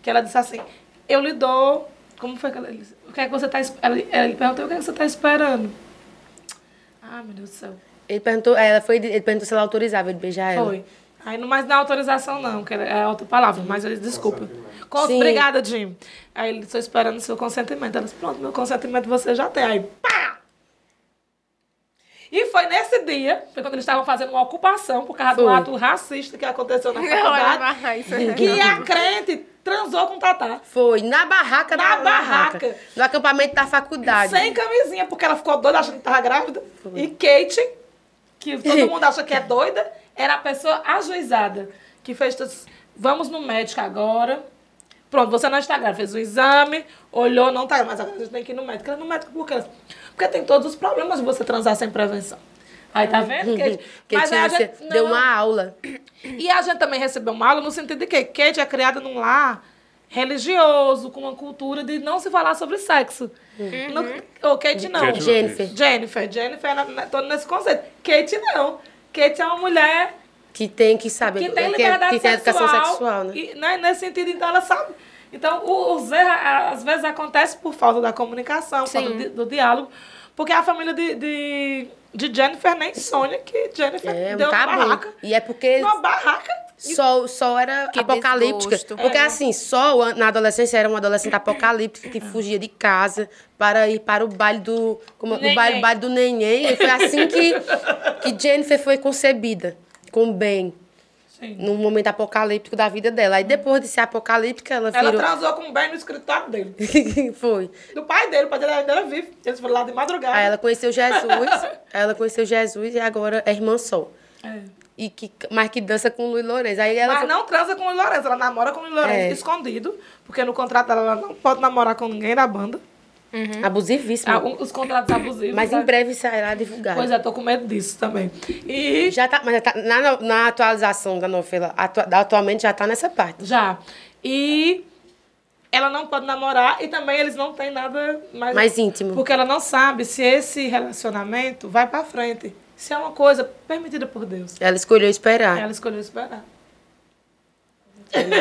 Speaker 2: Que ela disse assim, eu lhe dou... Como foi que ela disse? O que é que você tá... es- Ela, ele perguntou, o que é que você tá esperando? Ah, meu Deus do céu.
Speaker 3: Ele perguntou, é, ela foi, ele perguntou se ela autorizava ele beijar ela.
Speaker 2: Foi. Aí, não- mas na autorização não, que era- é outra palavra, mas ele desculpa. Cons-
Speaker 3: Sim.
Speaker 2: Obrigada, Jim. Aí ele estou esperando o seu consentimento. Ela disse, pronto, meu consentimento você já tem. Aí, pá! E foi nesse dia, foi quando eles estavam fazendo uma ocupação por causa do
Speaker 3: Foi.
Speaker 2: ato racista que aconteceu
Speaker 3: <laughs>
Speaker 2: na
Speaker 1: Olha,
Speaker 2: faculdade,
Speaker 1: <laughs> mas...
Speaker 2: que a crente transou com o Tatá.
Speaker 3: Foi. Na barraca
Speaker 2: Na
Speaker 3: da
Speaker 2: barraca.
Speaker 3: No acampamento da faculdade.
Speaker 2: Sem camisinha, porque ela ficou doida achando que tava grávida. E Kate, que todo mundo acha que é doida, era a pessoa ajuizada. Que fez tudo. Vamos no médico agora. Pronto, você não está grávida. Fez o exame, olhou, não tá grávida. Mas agora a gente tem que ir no médico. Ela no médico por quê? Porque tem todos os problemas de você transar sem prevenção. Aí tá vendo,
Speaker 3: <laughs>
Speaker 2: Kate?
Speaker 3: Que
Speaker 2: Mas aí a
Speaker 3: tinha, assim,
Speaker 2: gente-
Speaker 3: deu
Speaker 2: não.
Speaker 3: uma aula.
Speaker 2: E a gente também recebeu uma aula no sentido de que Kate é criada num lar religioso, com uma cultura de não se falar sobre sexo. Não, ou Kate não. é
Speaker 4: Kate não
Speaker 3: Uhum. Jennifer.
Speaker 4: fez.
Speaker 2: Jennifer. Jennifer é na- na- todo nesse conceito. Kate não. Kate é uma mulher
Speaker 3: Que tem que saber.
Speaker 2: que tem
Speaker 3: que-
Speaker 2: liberdade
Speaker 3: que tem educação
Speaker 2: sexual,
Speaker 3: sexual, né?
Speaker 2: E, né, nesse sentido, então, ela sabe. Então, o- os erros, a- às vezes, acontece por falta da comunicação, falta di- do diálogo. Porque a família de, de, de Jennifer nem sonha que Jennifer
Speaker 3: É, um
Speaker 2: deu uma
Speaker 3: tabu.
Speaker 2: barraca.
Speaker 3: E é porque
Speaker 2: Uma barraca
Speaker 3: Sol, Sol era
Speaker 1: Que
Speaker 3: apocalíptica.
Speaker 1: desgosto.
Speaker 3: Porque
Speaker 2: É.
Speaker 3: assim, Sol an- na adolescência era uma adolescente apocalíptica que fugia de casa para ir para o baile do como, é, o
Speaker 2: Neném.
Speaker 3: baile, baile do neném. E foi assim que que Jennifer foi concebida com bem
Speaker 2: Sim.
Speaker 3: num momento apocalíptico da vida dela. Aí depois de ser apocalíptica, ela
Speaker 2: Ela
Speaker 3: virou
Speaker 2: transou com o Ben no escritório dele.
Speaker 3: <laughs> foi.
Speaker 2: Do pai dele, o pai dele ainda era vivo. Eles foram lá de madrugada.
Speaker 3: Aí ela conheceu Jesus, aí ela conheceu Jesus e agora é irmã Sol.
Speaker 2: É.
Speaker 3: E que mas que dança com o Luiz Lourenço. Aí ela
Speaker 2: Mas
Speaker 3: foi-
Speaker 2: não transa com o Lourenço, ela namora com o Lourenço
Speaker 3: É.
Speaker 2: escondido, porque no contrato dela ela não pode namorar com ninguém da banda.
Speaker 3: Uhum. abusivíssima.
Speaker 2: Ah, um- os contratos abusivos.
Speaker 3: Mas em
Speaker 2: sabe?
Speaker 3: breve sairá divulgado.
Speaker 2: Pois é, tô com medo disso também. E
Speaker 3: Já tá, mas já tá na, no- na atualização da novela, atua- da- atualmente já tá nessa parte.
Speaker 2: já. E ela não pode namorar e também eles não têm nada mais,
Speaker 3: Mais íntimo.
Speaker 2: Porque ela não sabe se esse relacionamento vai pra frente. Se é uma coisa permitida por Deus.
Speaker 3: Ela escolheu esperar.
Speaker 2: Ela tá escolheu esperar.
Speaker 3: entendeu?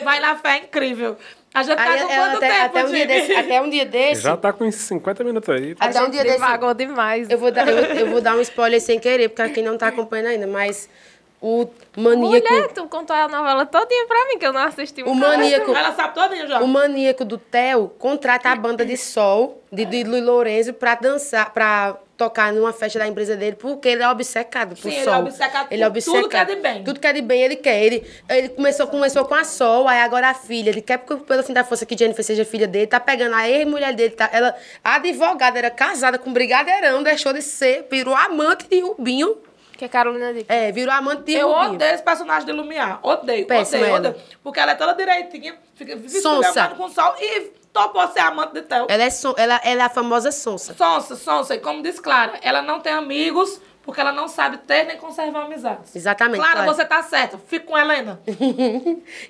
Speaker 2: <laughs> Vai na fé, é incrível. A gente
Speaker 3: Aí
Speaker 2: tá com
Speaker 3: ela
Speaker 2: quanto
Speaker 3: até,
Speaker 2: tempo,
Speaker 3: até um dia
Speaker 2: Gi?
Speaker 3: desse, até um dia desse,
Speaker 4: Já tá com uns 50 minutos aí.
Speaker 3: até um
Speaker 1: gente
Speaker 3: dia desse,
Speaker 1: divagou demais.
Speaker 3: eu vou, dar, eu, eu vou dar um spoiler sem querer, porque quem não tá acompanhando ainda, mas o maníaco,
Speaker 1: Mulher, tu contou a novela todinha pra mim, que eu não assisti
Speaker 3: o
Speaker 1: um caralho.
Speaker 3: maníaco,
Speaker 2: Ela sabe todinha já.
Speaker 3: o maníaco do Theo contrata a banda de Sol, de, de Luiz Lourenço, pra dançar, pra tocar numa festa da empresa dele, porque ele é obcecado por
Speaker 2: Sim, ele
Speaker 3: Sol.
Speaker 2: é obcecado
Speaker 3: Ele é
Speaker 2: por tudo que é de
Speaker 3: obcecado.
Speaker 2: bem.
Speaker 3: Tudo que é de bem ele quer. Ele, ele começou, começou com a Sol, aí agora a filha. Ele quer porque, pelo fim da força que Jennifer seja filha dele. Tá pegando a ex-mulher dele. Tá, ela, a advogada, era casada com um brigadeirão, deixou de ser, virou amante de Rubinho.
Speaker 1: Que a Carolina disse.
Speaker 3: É, virou amante de
Speaker 2: Eu
Speaker 3: Rubinho.
Speaker 2: odeio esse personagem de Lumiar. Odeio,
Speaker 3: Péssima
Speaker 2: odeio,
Speaker 3: ela.
Speaker 2: odeio. Porque ela é toda direitinha, fica
Speaker 3: Sonsa.
Speaker 2: vestida com sol e topou ser amante de Theo.
Speaker 3: Ela é, son- ela, ela é a
Speaker 2: <laughs>
Speaker 3: famosa sonsa.
Speaker 2: Sonsa, sonsa. E como diz Clara, ela não tem amigos porque ela não sabe ter nem conservar amizades.
Speaker 3: Exatamente.
Speaker 2: Clara,
Speaker 3: Clara.
Speaker 2: você tá certa. Fica com Helena.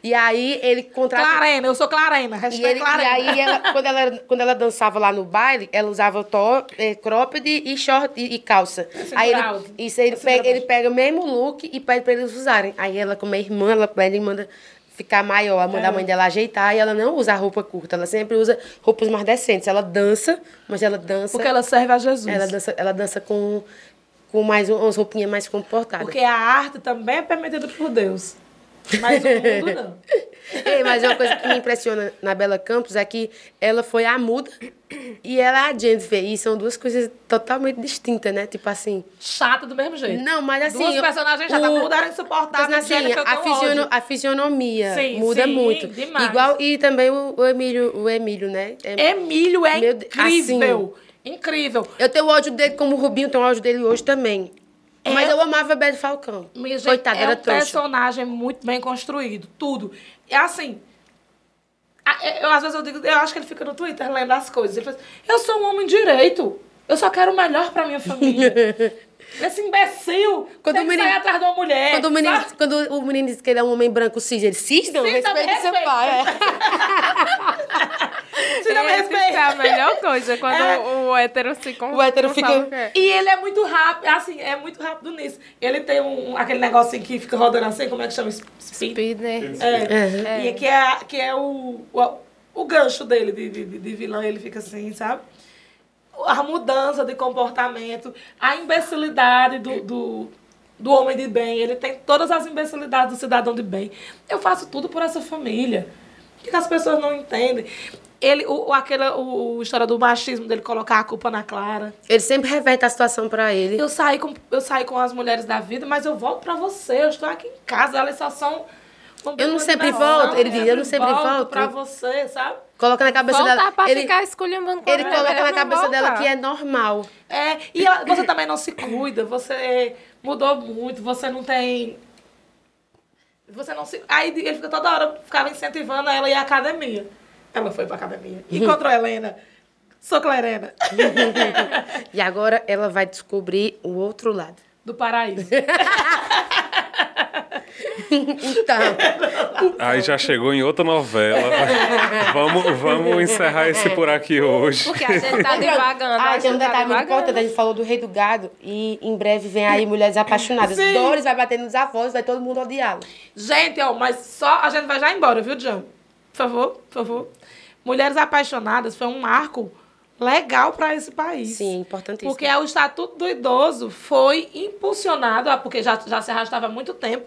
Speaker 3: E aí ele contrata...
Speaker 2: Clarena, eu sou Clarena.
Speaker 3: Tá. E,
Speaker 2: Hashtag
Speaker 3: ele- e
Speaker 2: Clarena. <laughs>
Speaker 3: aí, ela, quando, ela, quando ela dançava lá no baile, ela usava to, eh, cropped e short e, e calça.
Speaker 2: Cintura
Speaker 3: Aí
Speaker 2: alta.
Speaker 3: ele, isso, aí ele,
Speaker 2: Cintura
Speaker 3: pega, ele
Speaker 2: baixa.
Speaker 3: pega o mesmo look e pede pra eles usarem. Aí ela, como é irmã, ela pede e manda ficar maior, ela
Speaker 2: É.
Speaker 3: manda a mãe dela ajeitar. E ela não usa roupa curta, ela sempre usa roupas mais decentes. Ela dança, mas ela dança...
Speaker 2: Porque ela serve a Jesus.
Speaker 3: ela dança, ela dança com, com mais um- umas roupinhas mais comportadas.
Speaker 2: Porque a arte também é permitida por Deus. Mas o mundo não.
Speaker 3: Ei, mas uma coisa que me impressiona na Bela Campos é que ela foi a muda e ela é a Jennifer. E são duas coisas totalmente distintas, né? Tipo assim.
Speaker 2: Chata do mesmo jeito.
Speaker 3: Não, mas assim.
Speaker 2: Duas
Speaker 3: o-
Speaker 2: personagens já tá
Speaker 3: o-
Speaker 2: mudaram insuportável.
Speaker 3: mas, assim,
Speaker 2: Jennifer, eu
Speaker 3: a,
Speaker 2: tenho
Speaker 3: fisiono-
Speaker 2: ódio.
Speaker 3: a fisionomia
Speaker 2: Sim,
Speaker 3: muda
Speaker 2: sim,
Speaker 3: muito.
Speaker 2: demais.
Speaker 3: Igual, e também o, o Emílio, o Emílio, né? É-
Speaker 2: Emílio é
Speaker 3: Meu Deus, assim,
Speaker 2: incrível. Incrível.
Speaker 3: Eu tenho ódio dele como o Rubinho, tenho ódio dele hoje também. Mas eu amava Bela Falcão.
Speaker 2: É. Minha gente,
Speaker 3: Coitada,
Speaker 2: é
Speaker 3: era
Speaker 2: um
Speaker 3: trouxa.
Speaker 2: personagem muito bem construído, tudo. É assim. a- é, Eu, às vezes eu digo, eu acho que ele fica no Twitter lendo as coisas. Ele fala assim, eu sou um homem direito. Eu só quero o melhor pra minha
Speaker 3: <laughs>
Speaker 2: família. Esse imbecil
Speaker 3: Quando
Speaker 2: tem
Speaker 3: o
Speaker 2: que
Speaker 3: menino-
Speaker 2: sair atrás de uma mulher.
Speaker 3: Quando o, menino,
Speaker 2: sabe?
Speaker 3: quando o menino disse que ele é um homem branco cis, ele cis,
Speaker 2: Cis, não,
Speaker 3: não,
Speaker 2: me
Speaker 3: respeita seu
Speaker 2: respeita."
Speaker 3: pai.
Speaker 2: <laughs>
Speaker 3: é.
Speaker 2: Se não me
Speaker 1: Essa é
Speaker 2: respeita.
Speaker 1: a melhor coisa, quando
Speaker 2: É.
Speaker 1: o, o hétero se com,
Speaker 3: O hétero
Speaker 1: não
Speaker 3: fica-
Speaker 1: sabe o que é.
Speaker 2: E ele é muito rápido, assim, é muito rápido nisso. Ele tem um, aquele negocinho que fica rodando assim, como é que chama? Speed.
Speaker 1: Speed, né?
Speaker 2: É. E que é, que é o, o, o gancho dele de, de, de- de vilão, ele fica assim, sabe? A mudança de comportamento, a imbecilidade do, do, do homem de bem, ele tem todas as imbecilidades do cidadão de bem. Eu faço tudo por essa família. O que que as pessoas não entendem? Ele, o, o- aquela o, o história do machismo dele colocar a culpa na Clara.
Speaker 3: Ele sempre reverte a situação pra ele.
Speaker 2: Eu saí com, eu saí com as mulheres da vida, mas eu volto pra você. Eu estou aqui em casa, elas só são.
Speaker 3: Eu não sempre volto, ele diz, eu não sempre volto.
Speaker 2: pra você, sabe?
Speaker 3: Coloca na cabeça
Speaker 1: Voltar
Speaker 3: dela.
Speaker 1: pra
Speaker 3: Ele,
Speaker 1: ficar esculhambando com
Speaker 3: ele
Speaker 1: a
Speaker 3: coloca
Speaker 1: mulher,
Speaker 3: na
Speaker 1: não
Speaker 3: cabeça dela
Speaker 1: voltar.
Speaker 3: que é normal.
Speaker 2: É, e ela- você também não se cuida, você mudou muito, você não tem. Você não se. Aí ele fica toda hora, ficava incentivando ela a ir à academia. Ela foi pra academia.
Speaker 3: <laughs>
Speaker 2: Encontrou a Helena. Sou Clarena. <laughs>
Speaker 3: E agora ela vai descobrir o outro lado.
Speaker 2: Do paraíso.
Speaker 3: Então,
Speaker 4: Aí já chegou em outra novela. vamos, vamos encerrar esse por aqui hoje.
Speaker 1: Porque a gente
Speaker 3: <laughs>
Speaker 1: tá devagando.
Speaker 3: ah,
Speaker 1: a
Speaker 3: tem um
Speaker 1: gente tá
Speaker 3: detalhe muito
Speaker 1: devagando.
Speaker 3: importante. A gente falou do rei do gado e em breve vem aí Mulheres Apaixonadas.
Speaker 2: Sim.
Speaker 3: Doris vai bater nos avós, vai todo mundo odiá-lo.
Speaker 2: Gente, ó, mas só a gente vai já embora, viu, Jean? Por favor, por favor. Mulheres Apaixonadas foi um marco legal para esse país.
Speaker 3: Sim, importantíssimo.
Speaker 2: Porque o Estatuto do Idoso foi impulsionado, ah, porque já, já se arrastava há muito tempo,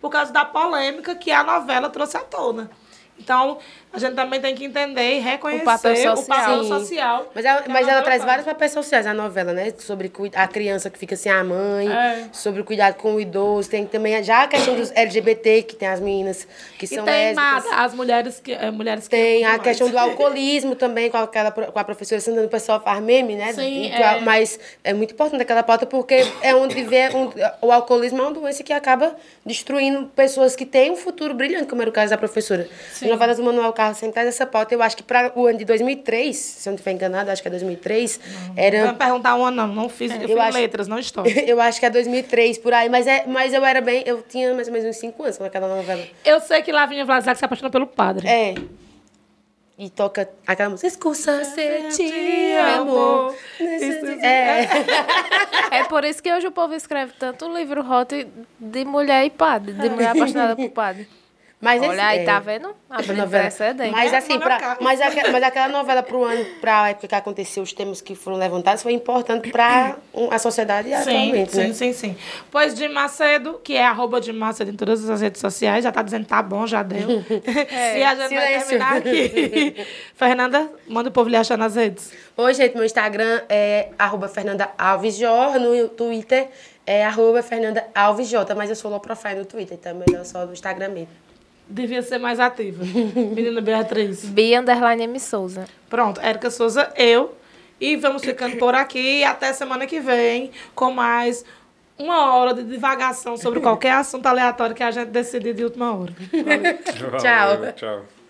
Speaker 2: por causa da polêmica que a novela trouxe à tona. Então, a gente também tem que entender e reconhecer o
Speaker 1: papel
Speaker 2: papel
Speaker 1: social.
Speaker 2: social.
Speaker 3: Sim. Mas ela,
Speaker 2: que a
Speaker 3: mas ela
Speaker 2: novela
Speaker 3: traz
Speaker 2: faz.
Speaker 3: vários papéis sociais, a novela, né? Sobre cui- a criança que fica sem a mãe,
Speaker 2: É.
Speaker 3: sobre o cuidado com o idoso. Tem também já a questão dos LGBT, que tem as meninas que
Speaker 2: E
Speaker 3: são
Speaker 2: tem
Speaker 3: lésbicas.
Speaker 2: nada, as mulheres que. é, mulheres que
Speaker 3: Tem a
Speaker 2: mais.
Speaker 3: questão do alcoolismo também, com, aquela, pro- com a professora Sandra, o pessoal faz meme, né?
Speaker 2: Sim,
Speaker 3: E que a-
Speaker 2: é.
Speaker 3: Mas é muito importante aquela pauta, porque é onde vê... um- o alcoolismo é uma doença que acaba destruindo pessoas que têm um futuro brilhante, como era o caso da professora. Sim. Novelas do Manuel Carlos sempre traz essa pauta. Eu acho que para o ano de 2003, se eu não estiver enganada, acho que é 2003,
Speaker 2: Vai
Speaker 3: era...
Speaker 2: me perguntar uma, não. Não fiz, eu, fiz
Speaker 3: É. acho-
Speaker 2: letras, não história.
Speaker 3: <laughs> Eu acho que é 2003, por aí. Mas, é, mas eu era bem... Eu tinha mais ou menos uns 5 anos naquela novela.
Speaker 2: Eu sei que Lavinha Vlasak se apaixona pelo padre.
Speaker 3: É. E toca aquela música. Escusa se te
Speaker 2: amo.
Speaker 3: amor. É.
Speaker 1: É por isso que hoje o povo escreve tanto livro hot de mulher e padre, de mulher apaixonada por padre.
Speaker 3: Mas eles-
Speaker 1: Olha aí,
Speaker 3: é.
Speaker 1: tá vendo?
Speaker 3: Essa
Speaker 1: Abrindo
Speaker 3: novela.
Speaker 1: precedente.
Speaker 3: Mas
Speaker 2: É,
Speaker 3: assim,
Speaker 2: Manuel
Speaker 3: pra-
Speaker 2: Carlos.
Speaker 3: mas, aquela, mas aquela novela pro ano, pra época que aconteceu, os temas que foram levantados, foi importante pra um- a sociedade
Speaker 2: Sim,
Speaker 3: atualmente,
Speaker 2: sim,
Speaker 3: né?
Speaker 2: sim, sim. Pois de Macedo, que é arroba de Macedo em todas as redes sociais, já tá dizendo tá bom, já deu.
Speaker 3: <laughs>
Speaker 2: <laughs> e a gente
Speaker 3: É, silêncio.
Speaker 2: vai terminar
Speaker 3: <laughs>
Speaker 2: aqui. Fernanda, manda o povo lhe achar nas redes.
Speaker 3: Oi, gente, meu Instagram é arroba Fernanda Alves Jor, no Twitter é arroba Fernanda Alves J, mas eu sou low profile no Twitter, então é melhor só no Instagram mesmo.
Speaker 2: Devia ser mais ativa. Menina Beatriz.
Speaker 1: Bia Underline M. Souza.
Speaker 2: Pronto, Érica Souza, eu. E vamos ficando por aqui. Até semana que vem com mais uma hora de divagação sobre qualquer assunto aleatório que a gente decidir de última hora.
Speaker 4: Valeu,
Speaker 3: Tchau.
Speaker 4: Tchau.